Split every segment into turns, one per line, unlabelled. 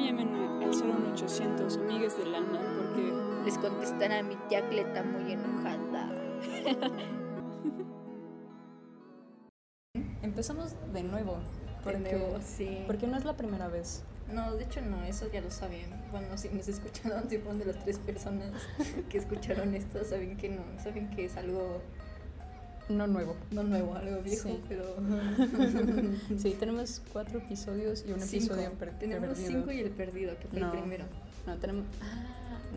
llamen al 01800 amigues de lana porque
Les contestará a mi tía Cleta muy enojada.
empezamos de nuevo. Porque,
nuevo, sí.
porque no es la primera vez.
No, de hecho no, eso ya lo sabían. Bueno, si nos escucharon, si fueron de las tres personas que escucharon esto, saben que no, saben que es algo
No nuevo.
no nuevo, algo viejo,
Sí.
pero...
Sí, tenemos cuatro episodios y un
Cinco.
episodio per-
Tenemos
perdido.
cinco y el perdido, que fue
No.
el primero.
No, tenemos. Ah,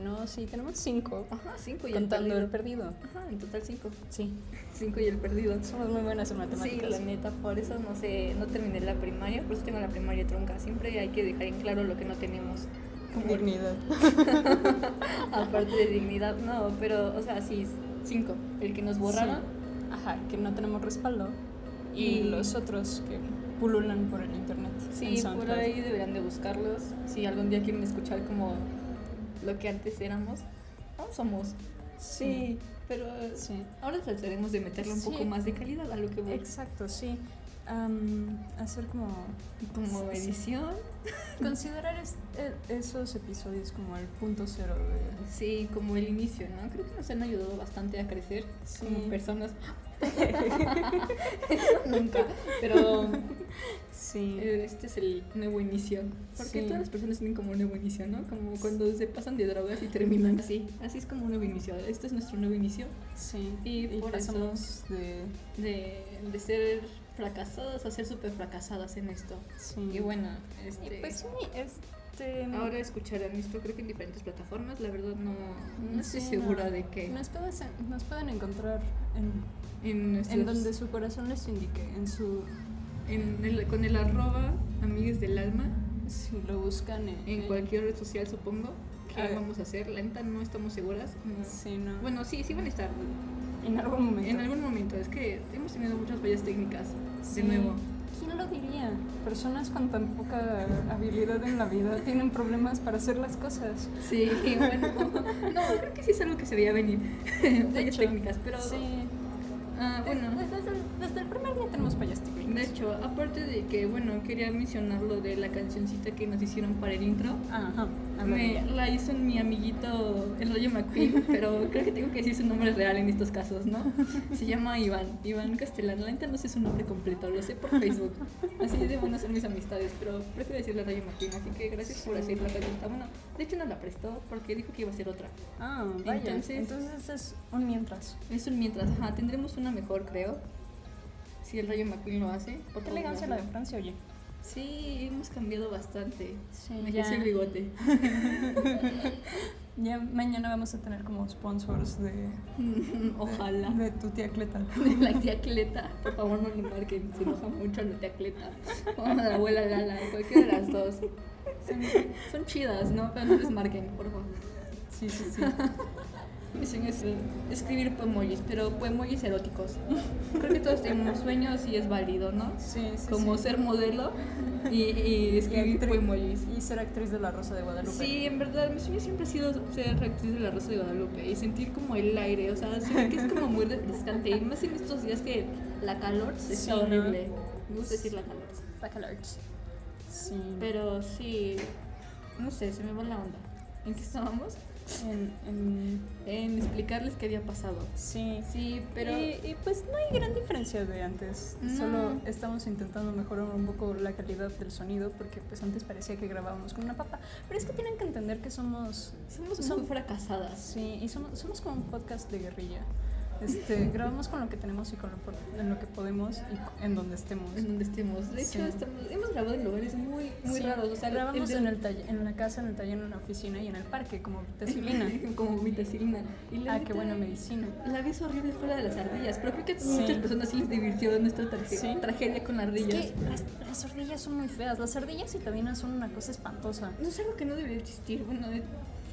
no, sí, tenemos cinco.
Ajá, cinco y
contando
el
el
perdido.
perdido.
Ajá, en total cinco.
Sí,
Cinco y el perdido.
somos muy buenas en
Sí,
matemáticas.
la neta, por eso no sé, no terminé la primaria, por eso tengo la primaria trunca. Siempre hay que dejar en claro lo que no tenemos. Como-
Dignidad.
aparte de dignidad, no, pero, o sea, sí, cinco. El que nos borraron.
Sí. Ajá, que no tenemos respaldo. Y,
Y-
los otros que pululan por el internet. en
Mm. Sí, por
SoundCloud.
ahí deberían de buscarlos. Si algún día quieren escuchar como lo que antes éramos, aún somos.
Sí,
Pero
sí.
ahora trataremos de meterle un
Sí.
poco más de calidad a lo que voy.
Exacto, sí. Am, hacer como.
Como
Sí, sí.
edición.
Considerar es- eh, esos episodios como el punto cero de.
Sí, como el inicio, ¿no? Creo que nos han ayudado bastante a crecer
Sí.
como personas. Eso nunca, pero
Sí.
eh, este es el nuevo inicio. Porque
Sí.
todas las personas tienen como un nuevo inicio, ¿no? Como cuando se pasan de drogas y terminan así. Así es como un nuevo inicio. Este es nuestro nuevo inicio
sí.
y por eso-
pasamos de.
de, de ser fracasadas a ser súper fracasadas en esto.
Sí.
Y bueno,
Mm. Y
este,
pues sí, este.
ahora escucharán esto creo que en diferentes plataformas. La verdad no, no estoy
sí,
segura
no.
de que...
Nos, puedes- nos pueden encontrar en,
En,
en
nuestros-
donde su corazón les indique, en su.
en el- con el arroba amigues del alma
Si lo buscan en,
en cualquier red social supongo que
Ah.
vamos a hacer la neta no estamos seguras no.
Sí, no.
bueno sí sí van a estar
en algún momento.
en algún momento es que hemos tenido muchas fallas técnicas
Sí.
de nuevo
¿Quién lo diría? Personas con tan poca habilidad en la vida tienen problemas para hacer las cosas.
sí bueno no creo que sí es algo que se veía venir fallas
hecho,
técnicas pero
Sí.
ah, bueno
Desde, desde el- desde el primer día tenemos payas técnicas.
de hecho aparte de que bueno quería mencionar lo de la cancioncita que nos hicieron para el intro
Ajá. a
Me
ver.
la hizo mi amiguito el Rayo McQueen, pero creo que tengo que decir su nombre real en estos casos, ¿no? Se llama Iván, Iván Castellán. La neta no sé su nombre completo, lo sé por Facebook. Así de buenas son mis amistades, pero prefiero decirle Rayo McQueen, así que gracias por hacer la pregunta. Bueno, de hecho no la prestó porque dijo que iba a ser otra.
Ah, vaya. Entonces,
Entonces-
es un mientras.
Es un mientras, ajá, tendremos una mejor, creo. Si el Rayo McQueen lo hace. por
Qué
favor,
elegancia la de
hazlo.
Francia, oye.
Sí, hemos cambiado bastante.
Sí,
Me
ya.
hice el bigote.
Ya mañana vamos a tener como sponsors de,
Ojalá.
de tu tía Cleta.
de la tía Cleta. Por favor, no le marquen, se enoja mucho la tía Cleta. O a la abuela Lala, cualquiera de las dos. Son, son chidas, ¿no? Pero no les marquen, por favor.
Sí, sí, sí.
Mi sueño es eh, escribir poemojis, pero poemojis eróticos. Creo que todos tenemos sueños y es válido, ¿no?
Sí, sí.
Como
sí.
ser modelo y, y escribir
actriz.
poemojis.
Y ser actriz de La Rosa de Guadalupe.
Sí, en verdad, mi sueño siempre ha sido ser actriz de la Rosa de Guadalupe y sentir como el aire, o sea, siento que es como muy refrescante. Y más en estos días que la calor se
Sí,
está
¿no?
horrible. Me gusta decir la calor.
Baccalaureate. Sí.
Pero sí, no sé, se me va la onda. ¿En qué estábamos?
En- en-
En explicarles qué había pasado.
sí.
Sí, pero.
Y, y, pues no hay gran diferencia de antes.
No.
Solo estamos intentando mejorar un poco la calidad del sonido porque pues antes parecía que grabábamos con una papa. Pero es que tienen que entender que somos...
Somos muy
Son-
fracasadas.
Sí, y somos, somos como un podcast de guerrilla. Este, grabamos con lo que tenemos y con lo, por- en lo que podemos y co- en donde estemos.
En donde estemos. De hecho,
Sí.
estamos- hemos grabado en lugares muy, muy
Sí,
raros. O sea,
grabamos
de-
en, el talle- en la casa, en el taller, en la oficina y en el parque, como vitacilina.
Como vitacilina. Y la
ah, qué
neta,
buena medicina.
La vez horrible fue la de las ardillas, pero creo que a
Sí.
muchas personas sí les divirtió nuestra trage-
Sí.
tragedia con ardillas.
Es que las, las ardillas son muy feas. Las ardillas citadinas son una cosa espantosa.
No es algo que no debería existir. Bueno, eh,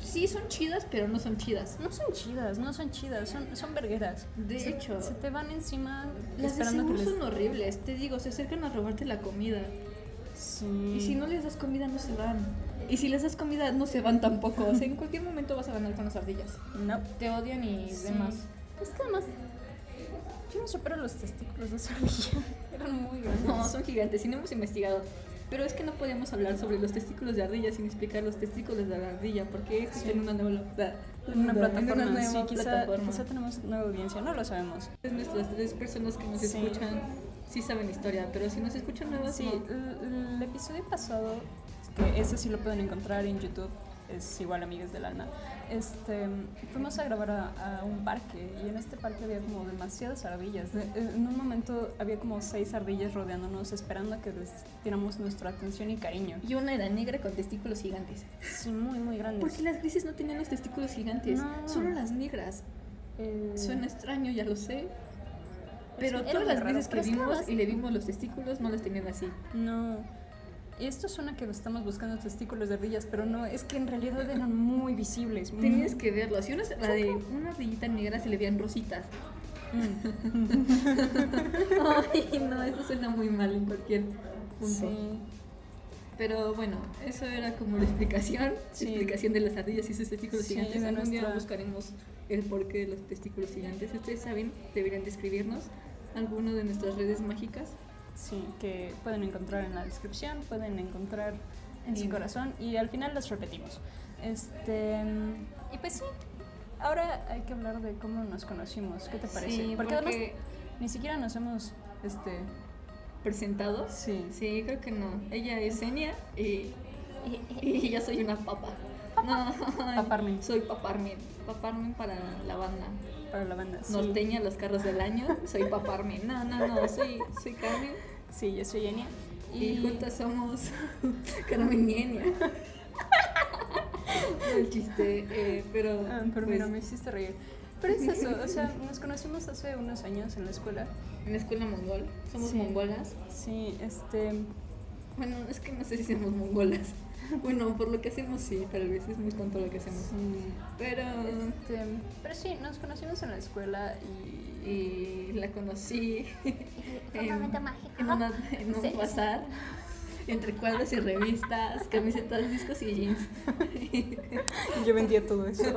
sí son chidas, pero no son chidas.
No son chidas, no son chidas, son, son vergueras.
De
Se-
hecho.
Se te van encima
Las de
esperando que
seguro
les...
son horribles, te digo, se acercan a robarte la comida.
Sí.
Y si no les das comida, no se van. Y si les das comida, no se van tampoco. O sea, en cualquier momento vas a ganar con las ardillas.
No.
Te odian y
Sí.
demás.
Es que además... Yo no supero los testículos de esa ardilla. Eran muy grandes.
No, son gigantes. Y no hemos investigado. Pero es que no podíamos hablar sobre los testículos de ardilla sin explicar los testículos de la ardilla, porque existe en una nueva,
En una plataforma,
en una
sí,
nueva
quizá,
plataforma.
quizá tenemos nueva audiencia, no lo sabemos.
Entonces, Nuestras tres personas que nos
Sí.
escuchan sí saben historia, pero si nos escuchan nuevas,
Sí,
no.
el, el episodio pasado, que ese sí lo pueden encontrar en YouTube, es igual Amigas del Alma, este, fuimos a grabar a, a un parque y en este parque había como demasiadas ardillas. De- en un momento había como seis ardillas rodeándonos esperando a que les tiramos nuestra atención y cariño.
Y una era negra con testículos gigantes.
Son muy, muy grandes.
Porque las grises no tenían los testículos gigantes,
No.
solo las negras.
Eh,
Suena extraño, ya lo sé. Pero
era
todas
muy
las
raro,
veces que
pero es que
vimos
las-
y le vimos los testículos, no las tenían así.
No. Y esto suena que estamos buscando testículos de ardillas, pero no, es que en realidad eran muy visibles. muy-
Tenías que verlo. Si una, la de una ardillita negra se le veían rositas.
Mm.
Ay, no, eso suena muy mal en cualquier punto.
Sí.
Pero bueno, eso era como la explicación.
Sí.
La explicación de las ardillas y sus testículos
Sí,
gigantes.
de
Algún día
nuestra-
buscaremos el porqué de los testículos gigantes. Si ustedes saben, deberían describirnos alguno de nuestras redes mágicas.
Sí, que pueden encontrar en la descripción, pueden encontrar en su
Sí.
corazón y al final las repetimos. Este, y pues sí, ahora hay que hablar de cómo nos conocimos, ¿qué te parece?
Sí,
porque, además
porque-
ni siquiera nos hemos, este,
¿Presentados?
sí,
Sí, creo que no. Ella es Enia y, y yo soy una papa. No,
Paparmen.
Soy paparmen. Paparmen para la banda.
para la banda. sí.
Norteña, los carros del año. Soy paparmen. No, no, no. Soy, soy Carmen.
Sí, yo soy Enya.
Y, juntas somos Carmen y Enia. El chiste, eh, pero.
Ah, pero
pues,
mira, me hiciste reír. Pero es eso, o sea, nos conocimos hace unos años en la escuela.
En la escuela mongol. Somos
Sí.
mongolas.
Sí, este,
Bueno, es que no sé si somos mongolas. Bueno, por lo que hacemos sí, tal vez es muy tonto lo que hacemos.
sí,
Pero
este, pero sí, nos conocimos en la escuela y,
y la conocí
Fue un
en-
momento mágico.
en, una- en un
Sí.
bazar entre cuadros y revistas, camisetas, discos y jeans.
Yo vendía todo eso.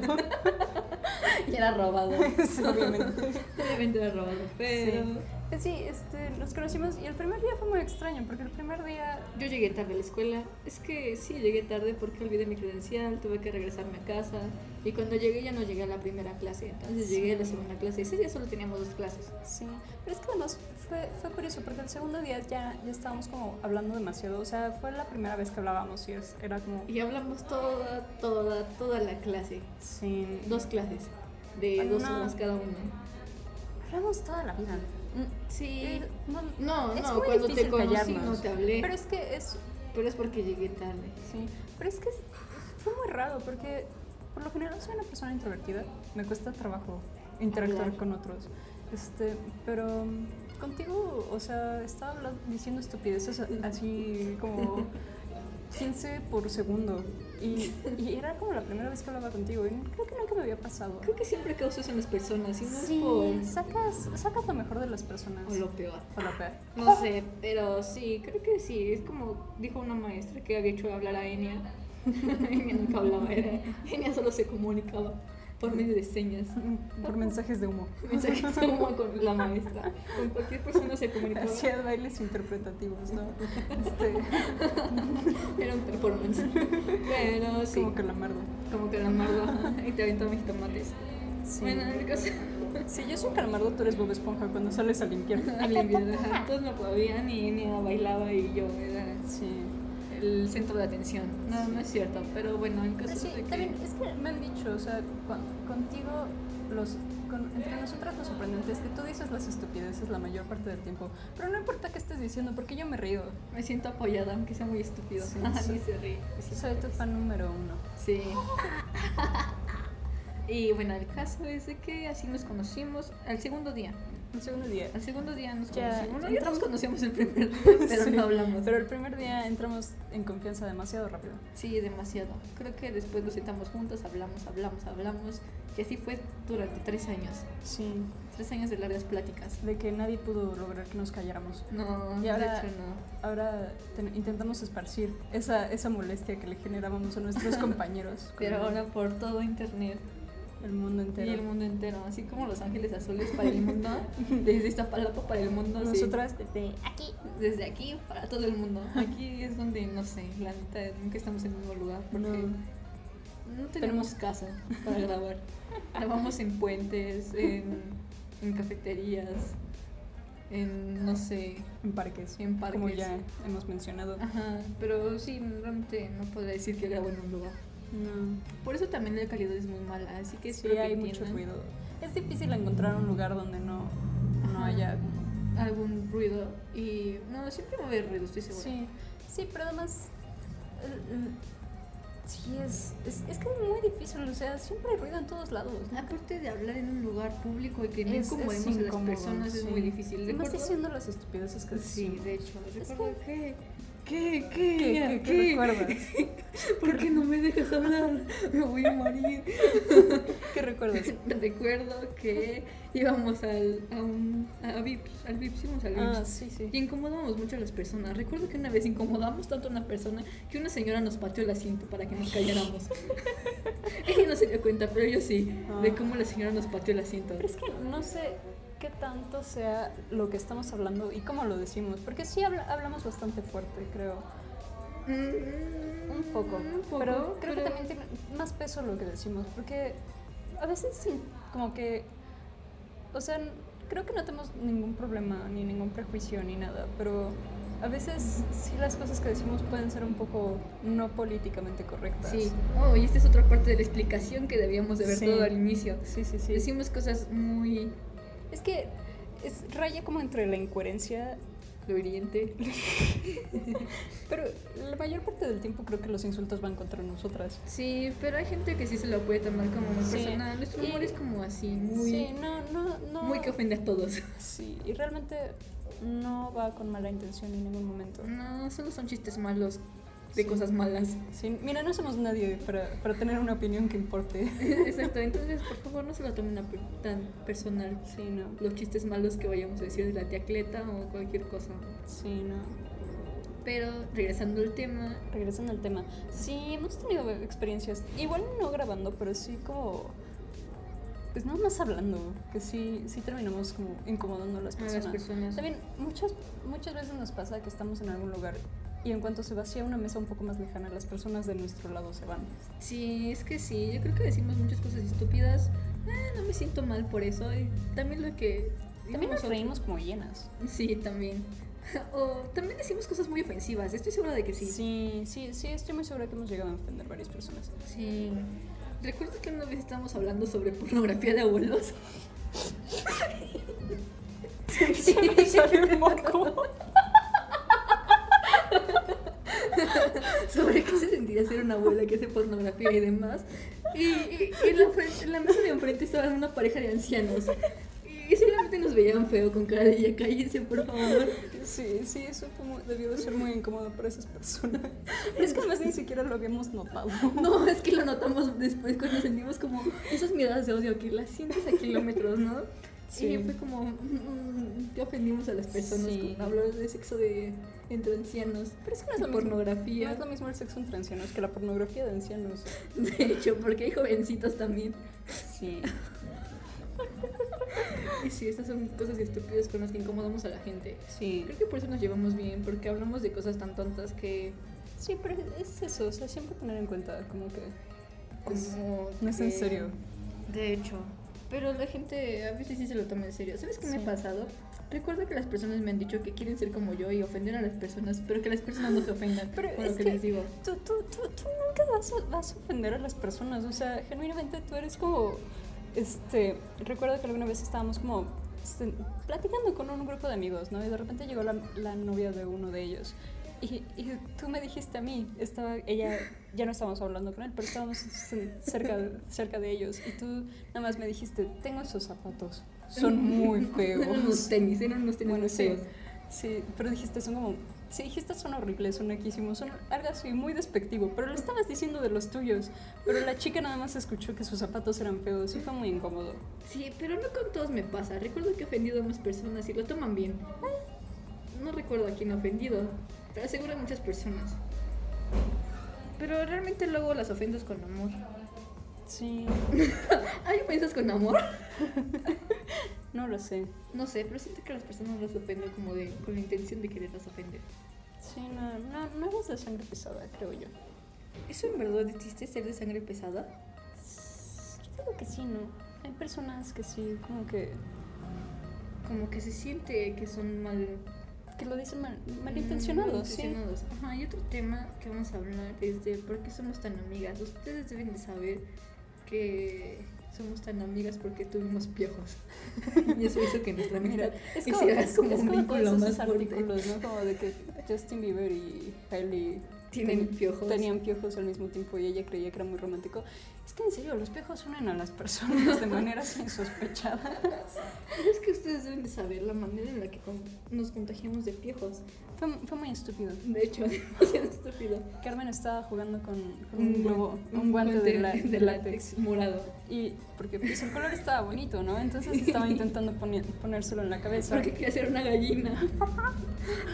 Y era robado.
sí, obviamente.
Obviamente era robado, pero
Pues sí, este, nos conocimos y el primer día fue muy extraño porque el primer día
yo llegué tarde a la escuela. Es que sí, llegué tarde porque olvidé mi credencial, tuve que regresarme a casa y cuando llegué ya no llegué a la primera clase, entonces llegué a la segunda clase. Ese día solo teníamos dos clases.
Sí, pero es que además fue, fue curioso porque el segundo día ya, ya estábamos como hablando demasiado, o sea, fue la primera vez que hablábamos y es- era como...
Y hablamos toda, toda, toda la clase.
Sí,
Dos clases, de
Ah,
dos
no.
horas cada una.
hablamos toda la vida.
Sí.
No,
No,
es
no,
muy
cuando te
difícil
conocí
callarnos.
no te hablé.
Pero
Pero,
es que es...
es porque llegué tarde.
Sí, pero es que es- fue muy raro porque por lo general soy una persona introvertida, me cuesta trabajo interactuar
Hablar.
con otros. Este, pero mm, contigo, o sea, estaba habla- diciendo estupideces a- así como 15 por segundo. Y, y era como la primera vez que hablaba contigo. Y creo que nunca me había pasado.
Creo que siempre causas en las personas, y no
Sí,
es
sacas, sacas lo mejor de las personas.
por o lo peor.
O lo peor.
No sé, pero sí, creo que sí. Es como dijo una maestra que había hecho hablar a Enya. Enya nunca hablaba, era. Enya solo se comunicaba por medio de señas.
mm, Por mensajes de humo.
Mensajes como con la maestra. Con cualquier persona se comunicaba.
Hacía bailes interpretativos, ¿no? Este,
Era un performance. Pero sí.
Como calamardo.
Como calamardo. ajá, Y te aventó mis tomates.
Sí.
Bueno, en el caso.
si yo soy un calamardo, tú eres Bob Esponja cuando sales a limpiar.
Al invierno, ajá, Todos me aplaudían y Enya bailaba y yo era
Sí.
el centro de atención. No, no es cierto. Pero bueno, en caso
Pero Pues sí,
de que.
también, es que me han dicho, o sea, con- contigo, los, con- entre nosotras lo sorprendente es que tú dices las estupideces la mayor parte del tiempo, pero no importa qué estés diciendo, porque yo me río.
Me siento apoyada, aunque sea muy estúpido.
Sí,
Ajá,
sí.
ni se ríe. Me siento
Soy tu
feliz.
fan número uno.
Sí. y bueno, el caso es de que así nos conocimos al segundo día.
El segundo día.
Al segundo día nos
Ya,
conocimos. Bueno,
ya
ya nos conocíamos el primer día, pero
Sí.
no hablamos.
Pero el primer día entramos en confianza demasiado rápido.
Sí, demasiado. Creo que después nos sentamos juntas, hablamos, hablamos, hablamos. Y así fue durante tres años.
Sí.
Tres años de largas pláticas.
De que nadie pudo lograr que nos calláramos.
No,
Y ahora-
de hecho no.
Ahora ten- intentamos esparcir esa, esa molestia que le generábamos a nuestros compañeros. con-
Pero ahora por todo internet
El mundo
Y
entero.
el mundo entero, así como los ángeles azules para el mundo, desde Iztapalapa para el mundo. así.
Nosotras desde aquí.
Desde aquí para todo el mundo. Aquí es donde, no sé, la neta, nunca estamos en el mismo lugar porque no, tenemos casa para grabar. Grabamos en puentes, en, en cafeterías, en, no sé.
En parques. Ah,
En parques.
Como ya hemos mencionado.
Ajá, pero sí, realmente no podría decir que grabo en un lugar.
No.
Por eso también la calidad es muy mala, así que
Sí,
espero que
hay mucho
entiendan.
ruido. Es difícil encontrar un lugar donde no, no
Ajá.
haya como
Algún ruido y... No, siempre va a haber ruido, estoy segura.
Sí, sí, pero además. el- el- Sí, es, es, es que es muy difícil, o sea, siempre hay ruido en todos lados.
Aparte de hablar en un lugar público y que no
Es-
incomodemos
es
a las
incómodo,
personas es
sí.
muy difícil.
Y más
Recuerdo-
diciendo las estupideces que
Sí,
decimos.
de hecho.
Es
Recuerdo
que-
que... ¿Qué? ¿Qué?
¿Qué, qué, qué recuerdas?
¿Por qué no me dejas hablar? Me voy a morir.
¿Qué recuerdas?
Recuerdo que íbamos al, a un... A Vips. Al Vips íbamos al Vips.
ah, sí, sí.
Y incomodamos mucho a las personas. Recuerdo que una vez incomodamos tanto a una persona que una señora nos pateó el asiento para que nos calláramos. Ella no se dio cuenta, pero yo sí, de
Ah.
cómo la señora nos pateó el asiento.
Pero es que no sé qué tanto sea lo que estamos hablando y cómo lo decimos, porque sí habla- hablamos bastante fuerte, creo. Mm, Un poco, pero creo que también tiene más peso lo que decimos, porque a veces sí, como que, o sea, n- creo que no tenemos ningún problema, ni ningún prejuicio, ni nada, pero a veces sí las cosas que decimos pueden ser un poco no políticamente correctas.
Sí. Oh, y esta es otra parte de la explicación que debíamos de haber
Sí.
dado al inicio.
sí, sí. sí.
Decimos cosas muy
Es que es raya como entre la incoherencia
floriente.
Pero la mayor parte del tiempo creo que los insultos van contra nosotras.
Sí, pero hay gente que sí se lo puede tomar como muy
Sí.
personal. Nuestro
Y-
humor es como así, muy,
Sí, no, no, no.
muy que ofende a todos.
Sí, y realmente no va con mala intención en ningún momento.
No, solo son chistes malos de
Sí.
cosas malas.
Sí, mira, no somos nadie para, para tener una opinión que importe.
Exacto, entonces por favor no se lo tomen a per- tan personal
Sí, no.
los chistes malos que vayamos a decir de la tía Cleta o cualquier cosa.
Sí, no.
Pero regresando al tema,
Regresando al tema. Sí, hemos tenido experiencias, igual no grabando, pero sí como... Pues nada más hablando, que sí, sí terminamos como incomodando a las
a
personas.
las personas.
También muchas, muchas veces nos pasa que estamos en algún lugar y en cuanto se vacía una mesa un poco más lejana, las personas de nuestro lado se van.
Sí, es que sí, yo creo que decimos muchas cosas estúpidas. Eh, no me siento mal por eso. Y también lo que...
También
digamos
nos
otro-
reímos como llenas.
Sí, también. o también decimos cosas muy ofensivas, estoy segura de que sí.
sí, sí, sí, estoy muy segura que hemos llegado a ofender varias personas.
Sí. Recuerdo que una vez estábamos hablando sobre pornografía de abuelos.
Sí, me salió un moco.
sobre qué se sentiría ser una abuela que hace pornografía y demás. Y, y- y en, la frente- en la mesa de enfrente estaban una pareja de ancianos. Y solamente nos veían feo con cara de ya cállense, por favor.
Sí, sí, eso fue muy- debió de ser muy incómodo para esas personas. Pero es que además ni siquiera lo habíamos notado.
No, es que lo notamos después cuando sentimos como esas miradas de odio que las sientes a kilómetros, ¿no?
Sí.
Y fue como, mm, mm, te ofendimos a las personas
Sí.
con hablar de sexo de entre ancianos. Pero es que
no es lo mismo. No
pornografía.
es lo mismo el sexo entre ancianos que la pornografía de ancianos.
De hecho, porque hay jovencitos también.
Sí.
Y sí, estas son cosas estúpidas con las que incomodamos a la gente.
Sí.
Creo que por eso nos llevamos bien, porque hablamos de cosas tan tontas que
Sí, pero es eso, o sea, siempre tener en cuenta como que... pues,
como
no es
que-
en serio.
De hecho. Pero la gente a veces sí se lo toma en serio. ¿Sabes qué me
Sí.
ha pasado? Recuerdo que las personas me han dicho que quieren ser como yo y ofender a las personas, pero que las personas no se ofendan
Pero
con lo
es
que,
que-
les digo.
Tú, tú, tú, tú nunca vas a, vas a ofender a las personas, o sea, genuinamente tú eres como... Este, recuerdo que alguna vez estábamos como este, platicando con un grupo de amigos, ¿no? Y de repente llegó la, la novia de uno de ellos. Y, y tú me dijiste a mí, estaba, ella, ya no estábamos hablando con él, pero estábamos c- cerca, cerca de ellos. Y tú nada más me dijiste, tengo esos zapatos, son muy feos.
Eran unos tenis, eran unos tenis
Bueno,
muy
sí.
feos.
Sí, pero dijiste, son como. Sí, dijiste, son horribles, son equísimos, son algo así muy despectivo, pero lo estabas diciendo de los tuyos. Pero la chica nada más escuchó que sus zapatos eran feos y fue muy incómodo.
Sí, pero no con todos me pasa. Recuerdo que he ofendido a más personas y lo toman bien. Eh, No recuerdo a quién he ofendido, pero seguro a muchas personas. Pero realmente luego las ofendas con amor.
Sí,
¿Ah, yo piensas con amor?
no lo sé.
No sé, pero siento que las personas las ofenden como de, con la intención de quererlas ofender.
Sí, no, no, no eres de sangre pesada, creo yo.
¿Eso en verdad existe ser de sangre pesada?
Yo creo que sí, ¿no? Hay personas que sí, como que,
Como que se siente que son mal... mm,
que lo dicen mal, Mm, malintencionados, sí.
malintencionados. Ajá, y otro tema que vamos a hablar es de por qué somos tan amigas. Ustedes deben de saber que somos tan amigas porque tuvimos piojos. y eso hizo que nuestra
Mira,
amistad
es como,
hiciera
es, como, es
un
como
vínculo
todos
más
esos
fuerte.
artículos, ¿no? Como de que Justin Bieber y Hailey
Tienen
ten-
piojos.
tenían piojos al mismo tiempo y ella creía que era muy romántico. Es que en serio, los piojos unen a las personas de maneras insospechadas.
Pero es que ustedes deben de saber la manera en la que con- nos contagiamos de piojos.
Fue, fue muy estúpido.
De hecho, es demasiado estúpido.
Carmen estaba jugando con, con un globo, un guante de, la- de látex.
morado.
Y porque pues, el color estaba bonito, ¿no? Entonces estaba intentando poni- ponérselo en la cabeza.
Porque quería ser una gallina.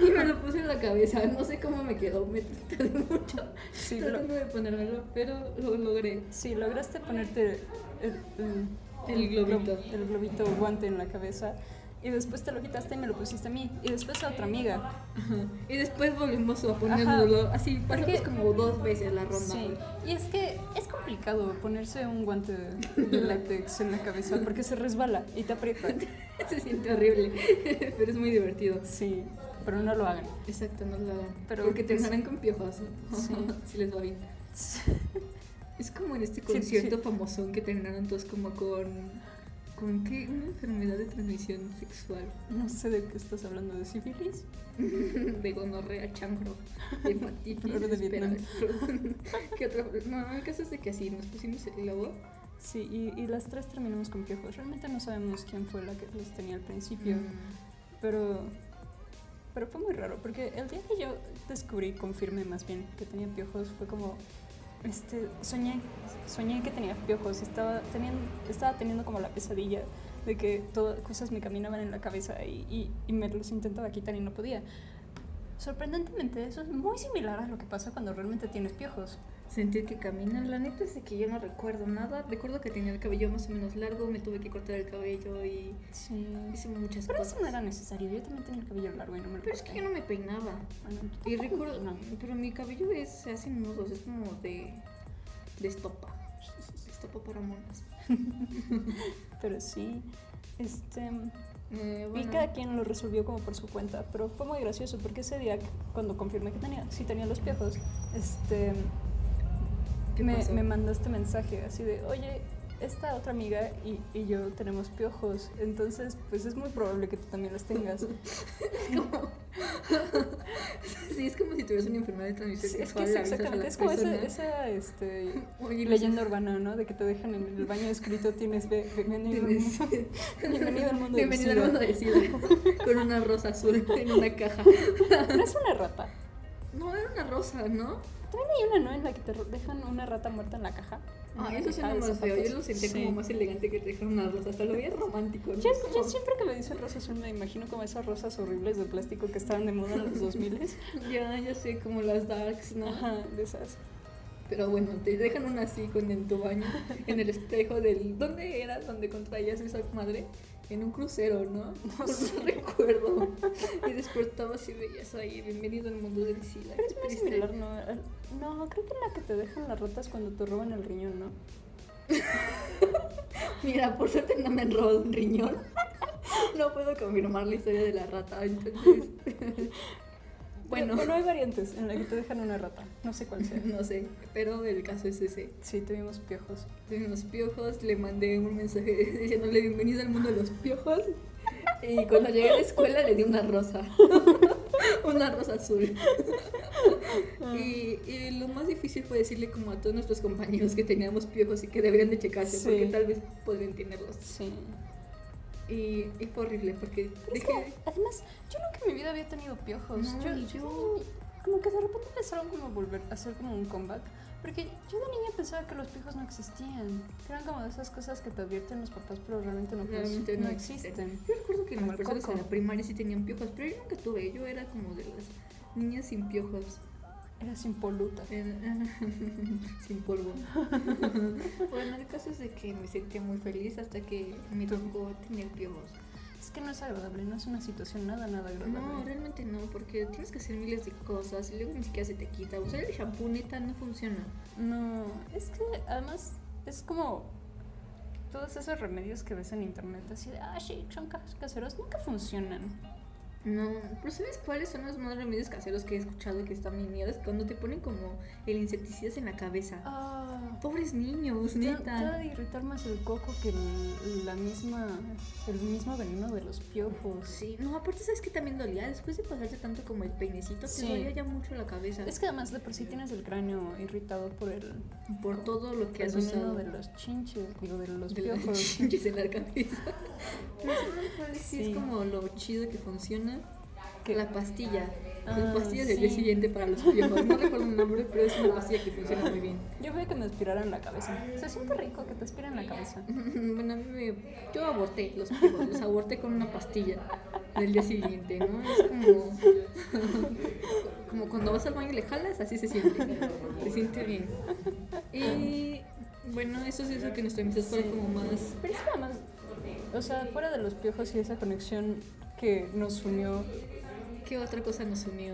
y me lo puse en la cabeza. No sé cómo me quedó. Me tardé mucho
Sí, lo-
tratando de ponérmelo, pero lo logré.
sí, lograste ponerte el, el-
El globito.
glo- el globito guante en la cabeza. Y después te lo quitaste y me lo pusiste a mí. Y después a otra amiga.
Ajá. Y después volvimos a ponérmelo. Así pasamos
Porque-
como dos veces la ronda.
Sí. Y es que es complicado ponerse un guante de látex en la cabeza porque se resbala y te aprieta.
Se siente horrible, pero es muy divertido.
Sí, pero no lo hagan.
Exacto, no lo hagan.
Pero- pues,
Porque terminarán con piojos.
Sí.
si les va bien. Es como en este
Sí,
concierto
sí.
famosón que terminaron todos como con... ¿Con qué? Una enfermedad de transmisión sexual.
No sé de qué estás hablando, de sífilis.
De gonorrea, chancro, de hepatitis,
Flor de
espera,
Vietnam.
¿Qué otro? No, el caso es de que así nos pusimos el globo.
Sí, y, y las tres terminamos con piojos. Realmente no sabemos quién fue la que los tenía al principio, pero, pero fue muy raro, porque el día que yo descubrí, confirmé más bien, que tenía piojos, fue como, este, soñé, soñé que tenía piojos, estaba teniendo, estaba teniendo como la pesadilla de que todas cosas me caminaban en la cabeza y, y, y me los intentaba quitar y no podía. Sorprendentemente, eso es muy similar a lo que pasa cuando realmente tienes piojos.
Sentir que caminan. La neta es de que yo no recuerdo nada. Recuerdo que tenía el cabello más o menos largo, me tuve que cortar el cabello y
Sí.
hice muchas
Pero
cosas.
eso no era necesario, yo también tenía el cabello largo y no me lo
Pero es que
corté.
yo no me peinaba.
Bueno,
Y
tampoco
recuerdo,
no.
pero mi cabello es, se hace nudos, es como de, de estopa. Estopa para monas.
Pero sí, este,
Eh,
y
bueno,
cada quien lo resolvió como por su cuenta, pero fue muy gracioso porque ese día cuando confirmé que tenía, sí tenía los piojos, este,
¿qué
me,
pasó?
me mandaste mensaje así de, oye, esta otra amiga y, y yo tenemos piojos, entonces pues es muy probable que tú también los tengas.
como- sí, es como si tuvieras una enfermedad de transmisión
Sí, es
sexual.
que es
la avisas a
exactamente,
la
es como ese-
persona.
esa, este,
Oye, lo
leyenda urbana, ¿no? De que te dejan en el baño escrito, tienes ve- bienvenido al
tienes-
mundo. Bienvenido al mundo del
Bienvenido al
SIDA.
mundo del SIDA. Con una rosa azul en una caja.
No es una rata.
No, era una rosa, ¿no?
También hay una, ¿no? En la que te ro- dejan una rata muerta en la caja. En
Ah,
una
eso suena
caja de
más feo. Yo
zapatos.
lo sentí
Sí.
como más elegante que te dejar una rosa. Hasta lo veía romántico. ¿no?
Yo,
Es
yo
como-
siempre que me dicen rosa azul me imagino como esas rosas horribles de plástico que estaban de moda en los 2000
Ya, ya sé, como las darks, ¿no?
Ajá, de esas.
Pero bueno, te dejan una así con en tu baño, en el espejo del... ¿Dónde eras donde contraías esa madre? En un crucero, ¿no? No, recuerdo. Y despertabas y veías ahí, bienvenido al mundo del SIDA.
Pero es muy
triste.
similar, ¿no? Al- No, creo que la que te dejan las ratas cuando te roban el riñón, ¿no?
Mira, por suerte no me han robado un riñón. No puedo confirmar la historia de la rata, entonces... Bueno,
Bueno, hay variantes en la que te dejan una rata. No sé cuál sea.
no sé, pero el caso es ese.
Sí, tuvimos piojos.
de unos piojos, le mandé un mensaje diciéndole bienvenido al mundo de los piojos. Y cuando llegué a la escuela le di una rosa, una rosa azul.
Ah.
Y, y lo más difícil fue decirle como a todos nuestros compañeros que teníamos piojos y que deberían de checarse
Sí.
porque tal vez podrían tenerlos.
Sí.
Y, y fue horrible porque
Es
dejé-
que, además, yo nunca en mi vida había tenido piojos.
No,
yo,
ni yo.
Como que de repente empezaron como a volver a hacer como un comeback. Porque yo de niña pensaba que los piojos no existían. Que eran como de esas cosas que te advierten los papás, pero realmente no,
Realmente
no
no
existen.
Yo recuerdo que
Como
las
el
personas en
coco.
la primaria sí tenían piojos, pero yo nunca tuve, yo era como de las niñas sin piojos.
Eras impoluta.
Sin polvo. bueno, el caso es de que me sentía muy feliz hasta que me tocó tener piojos.
Es que no es agradable, no es una situación nada, nada agradable.
No, realmente no, porque tienes que hacer miles de cosas y luego ni siquiera se te quita. Usar el shampoo neta no funciona.
No, es que además es como todos esos remedios que ves en internet, así de, ah, sí, son ca- caseros, nunca funcionan.
No, pero ¿sabes cuáles son los más remedios caseros que he escuchado que están bien mierdas? Cuando te ponen como el insecticidas en la cabeza.
Ah,
Pobres niños,
te
neta.
te ha de irritar más el coco que el- la misma, el mismo veneno de los piojos.
Sí, no, aparte sabes que también dolía, después de pasarte tanto como el peinecito, te
Sí.
dolía ya mucho la cabeza
Es que además de por sí tienes el cráneo irritado por el,
por todo lo que
el
has
veneno
usado
de los chinches, digo, de los
de los
piojos.
chinches en la cabeza. Pero eso no puede decir,
Sí.
es como lo chido que funciona.
Que-
La pastilla.
Ah,
Las pastillas del día
sí.
siguiente para los piojos. No recuerdo el nombre, pero es una pastilla que funciona muy bien.
Yo fui que me aspiraran la cabeza. Se siente rico que te aspiren la cabeza.
Bueno, a mí me- yo aborté los piojos, los aborté con una pastilla del día siguiente, ¿no? Es como, como cuando vas al baño y le jalas, así se siente, se siente bien. Y bueno, eso sí es lo que nuestra amistad fue como más...
Pero es que además, o sea, fuera de los piojos y esa conexión que nos unió.
¿Qué otra cosa nos unió?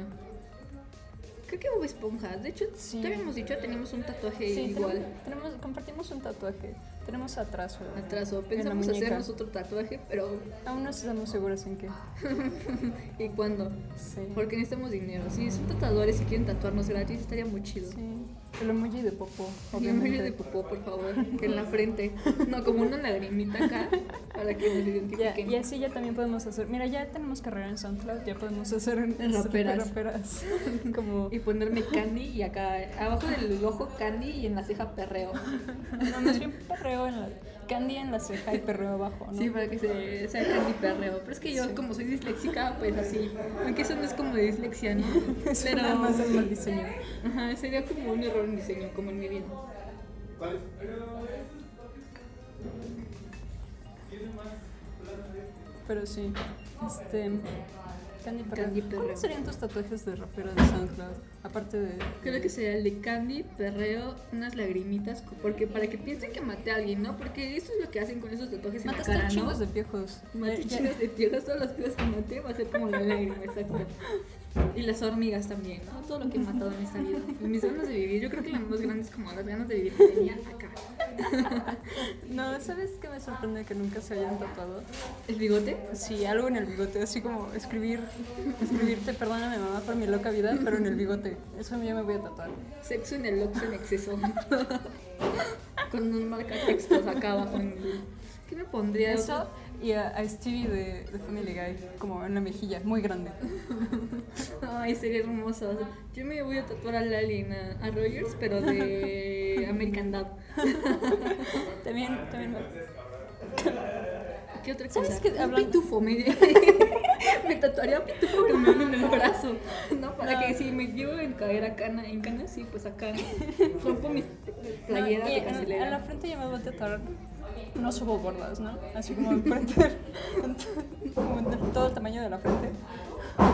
Creo que Bob Esponja, de hecho,
Sí.
te habíamos dicho, tenemos un tatuaje
Sí,
igual.
tenemos- tenemos, compartimos un tatuaje. Tenemos atraso.
Atraso,
en la
pensamos
muñeca.
hacernos otro tatuaje, pero
Aún no estamos seguras en qué.
¿y cuándo?
Sí.
Porque necesitamos dinero. Si son tatuadores y quieren tatuarnos gratis, estaría muy chido.
Sí. El emoji de Popo.
Y en medio
obviamente.
de popó, por favor, que en la frente. No, como una lagrimita acá, para que nos
Ya,
identifiquen.
y así ya también podemos hacer. Mira, ya tenemos carrera en SoundCloud, ya podemos hacer
Raperas.
raperas. Como.
Y ponerme candy y acá, abajo del ojo candy y en la ceja perreo.
No, más bien perreo en la. Candy en la ceja y perreo abajo, ¿no?
Sí, para que se, sea candy perreo. Pero es que yo, como soy disléxica, pues así. Aunque eso no es como de dislexia, ¿no?
pero nada más es mal diseño.
Ajá, sería como un error en diseño, como en mi vida.
Pero sí. Este. Candy perreo.
Candy perreo.
¿Cuáles serían tus tatuajes de rapero de SoundCloud? Aparte de.
Creo que sería el de Candy, perreo, unas lagrimitas, porque para que piensen que maté a alguien, ¿no? Porque eso es lo que hacen con esos tatuajes en la
Mataste
cara, ¿no?
chingos de piojos.
Maté
Ya-
chicas de tierra, todas las cosas que maté va a ser como la lágrima, exacto. Y las hormigas también, ¿no? Todo lo que he matado en esta vida. Y mis ganas de vivir, yo creo que las más grandes como las ganas de vivir que tenía acá.
No, ¿sabes qué me sorprende que nunca se hayan tatuado?
¿El bigote?
Sí, algo en el bigote, así como escribir, escribirte, perdóname mamá por mi loca vida, pero en el bigote. Eso yo me voy a tatuar.
Sexo en el Oxxo en exceso. Con un marcatextos acá abajo en el... ¿Qué me pondría?
Eso y a, a Stevie de, de Family Guy, como en la mejilla, muy grande.
Ay, sería hermoso. Yo me voy a tatuar al alien, a, a Rogers, pero de American Dad.
También, también me-
¿Qué otra cosa?
¿Sabes qué?
Un
Hablando-
pitufo, me, me tatuaría un pitufo que me ven en el brazo, ¿no? Para
No.
que si me llevo en caer a cana, en cana, sí, pues acá rompo mis
No,
playeras
y
de
en- en, la
gasolera.
frente yo me voy a tatuar no subo gordas, ¿no? Así como enfrente, como de todo el tamaño de la frente.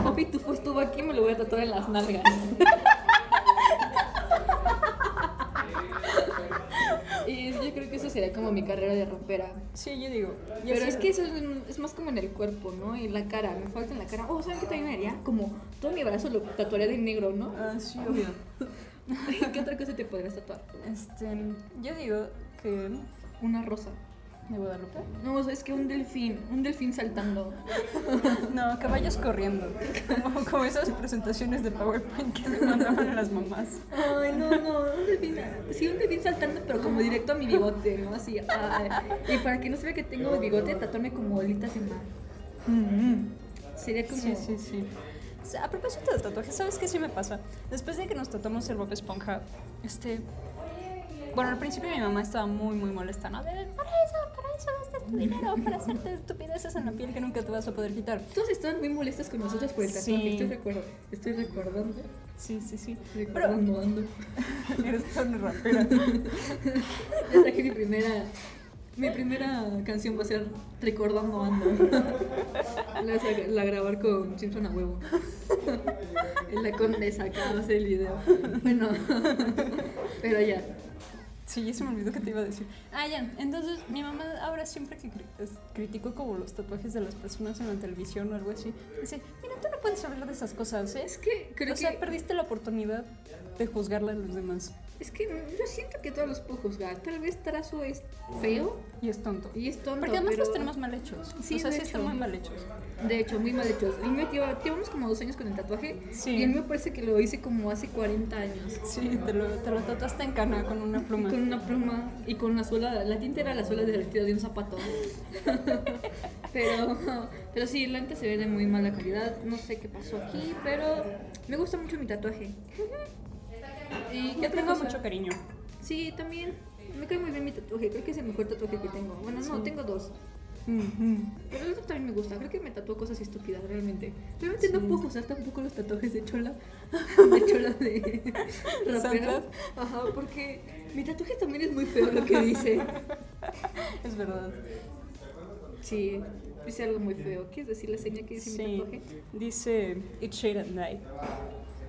Un pitufo estuvo aquí, me lo voy a tatuar en las nalgas. y yo creo que eso sería como mi carrera de rompera.
Sí, yo digo. yo
Pero
sí-
es que eso es, es más como en el cuerpo, ¿no? Y la cara, me falta en la cara. Oh, ¿saben qué también me haría? Como todo mi brazo lo tatuaría de negro, ¿no?
Ah, sí, obvio.
¿Qué otra cosa te podrías tatuar?
Este, yo digo que...
Una rosa.
¿De Guadalupe?
No, o sea, es que un delfín, un delfín saltando.
No, caballos corriendo. Como, como esas presentaciones de PowerPoint que me mandaban a las mamás.
Ay, no, no, un delfín. Sí, un delfín saltando, pero como directo a mi bigote, ¿no? Así. ay. Y para que no se vea que tengo bigote, tatuarme como bolitas en mar. Sería como.
Mm, Sí, sí, sí. O sea, A propósito de tatuajes, ¿sabes qué sí me pasa? Después de que nos tatuamos el Bob Esponja, este... Bueno, al principio mi mamá estaba muy, muy molesta, ¿no? De, para eso, para eso gastas tu dinero, para hacerte estupideces en la piel que nunca te vas a poder quitar.
Todos estaban muy molestas con nosotros por el tatuaje.
Sí.
Estoy, recuerdo, estoy recordando.
Sí, sí, sí. Pero...
Recordando, ando.
Eres tan rapera.
Ya saqué mi primera. Mi primera canción va a ser Recordando Ando. La, vas a- la grabar con Simpson a huevo. La condesa acabase el video. Bueno, pero ya.
Sí, ya se me olvidó que te iba a decir. Ah, ya. Entonces, mi mamá ahora siempre que cri- es- critico como los tatuajes de las personas en la televisión o algo así, dice, mira, tú no puedes hablar de esas cosas, ¿eh?
Es que creo
o sea,
que.
perdiste la oportunidad de juzgarla a los demás.
Es que yo siento que todos los puedo juzgar. Tal vez Trazo es feo
Y es tonto.
y es tonto.
Porque además
pero-
los tenemos mal hechos.
Sí,
o sea,
de
sí están
hecho.
muy mal hechos.
De hecho, muy mal hechos. El mío lleva, llevamos como dos años con el tatuaje.
Sí.
Y él me parece que lo hice como hace 40 años.
Sí, te lo, te lo tatuaste en cana con una pluma.
Con una pluma y con una suela. La tinta era la suela derretida de un zapato. pero, pero sí, la tinta se ve de muy mala calidad. No sé qué pasó aquí, pero me gusta mucho mi tatuaje. Y
Yo
ya
tengo mucho cariño.
Sí, también. Me cae muy bien mi tatuaje. Creo que es el mejor tatuaje que tengo. Bueno, no,
Sí.
tengo dos.
Ujú.
Pero el otro también me gusta. Creo que me tatuó cosas estúpidas, realmente. Realmente no
Sí.
puedo usar tampoco los tatuajes de chola. De chola de
¿Santas?
rapera. Ajá, porque mi tatuaje también es muy feo lo que dice.
Es verdad.
Sí, dice algo muy feo. ¿Quieres decir la seña que dice mi
Sí.
tatuaje?
Dice It's Shade at Night.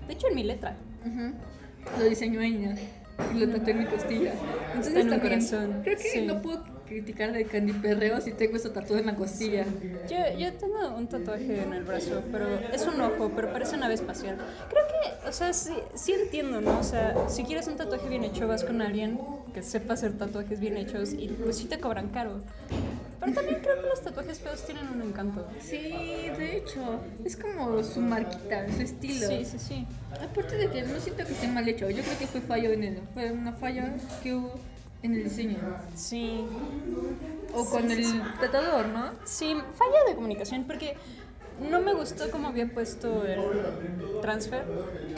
De hecho, en mi letra.
Ujú. Lo diseñó ella y lo tatué en mi costilla. Entonces
Está en un
también,
corazón,
Creo que
sí.
no puedo criticar de Candy Perreo si tengo eso tatuado en la costilla.
Yo, yo tengo un tatuaje en el brazo, pero es un ojo, pero parece una nave espacial. Creo que, o sea, sí, sí entiendo, ¿no? O sea, si quieres un tatuaje bien hecho, vas con alguien que sepa hacer tatuajes bien hechos y pues sí te cobran caro. Pero también creo que los tatuajes feos tienen un encanto.
Sí, de hecho, es como su marquita, su estilo.
Sí, sí, sí.
Aparte de que no siento que esté mal hecho, yo creo que fue fallo en el, fue una falla que hubo en el diseño
Sí,
o
Sí,
con
sí,
el
sí.
tratador, ¿no?
Sí, falla de comunicación porque no me gustó cómo había puesto el transfer,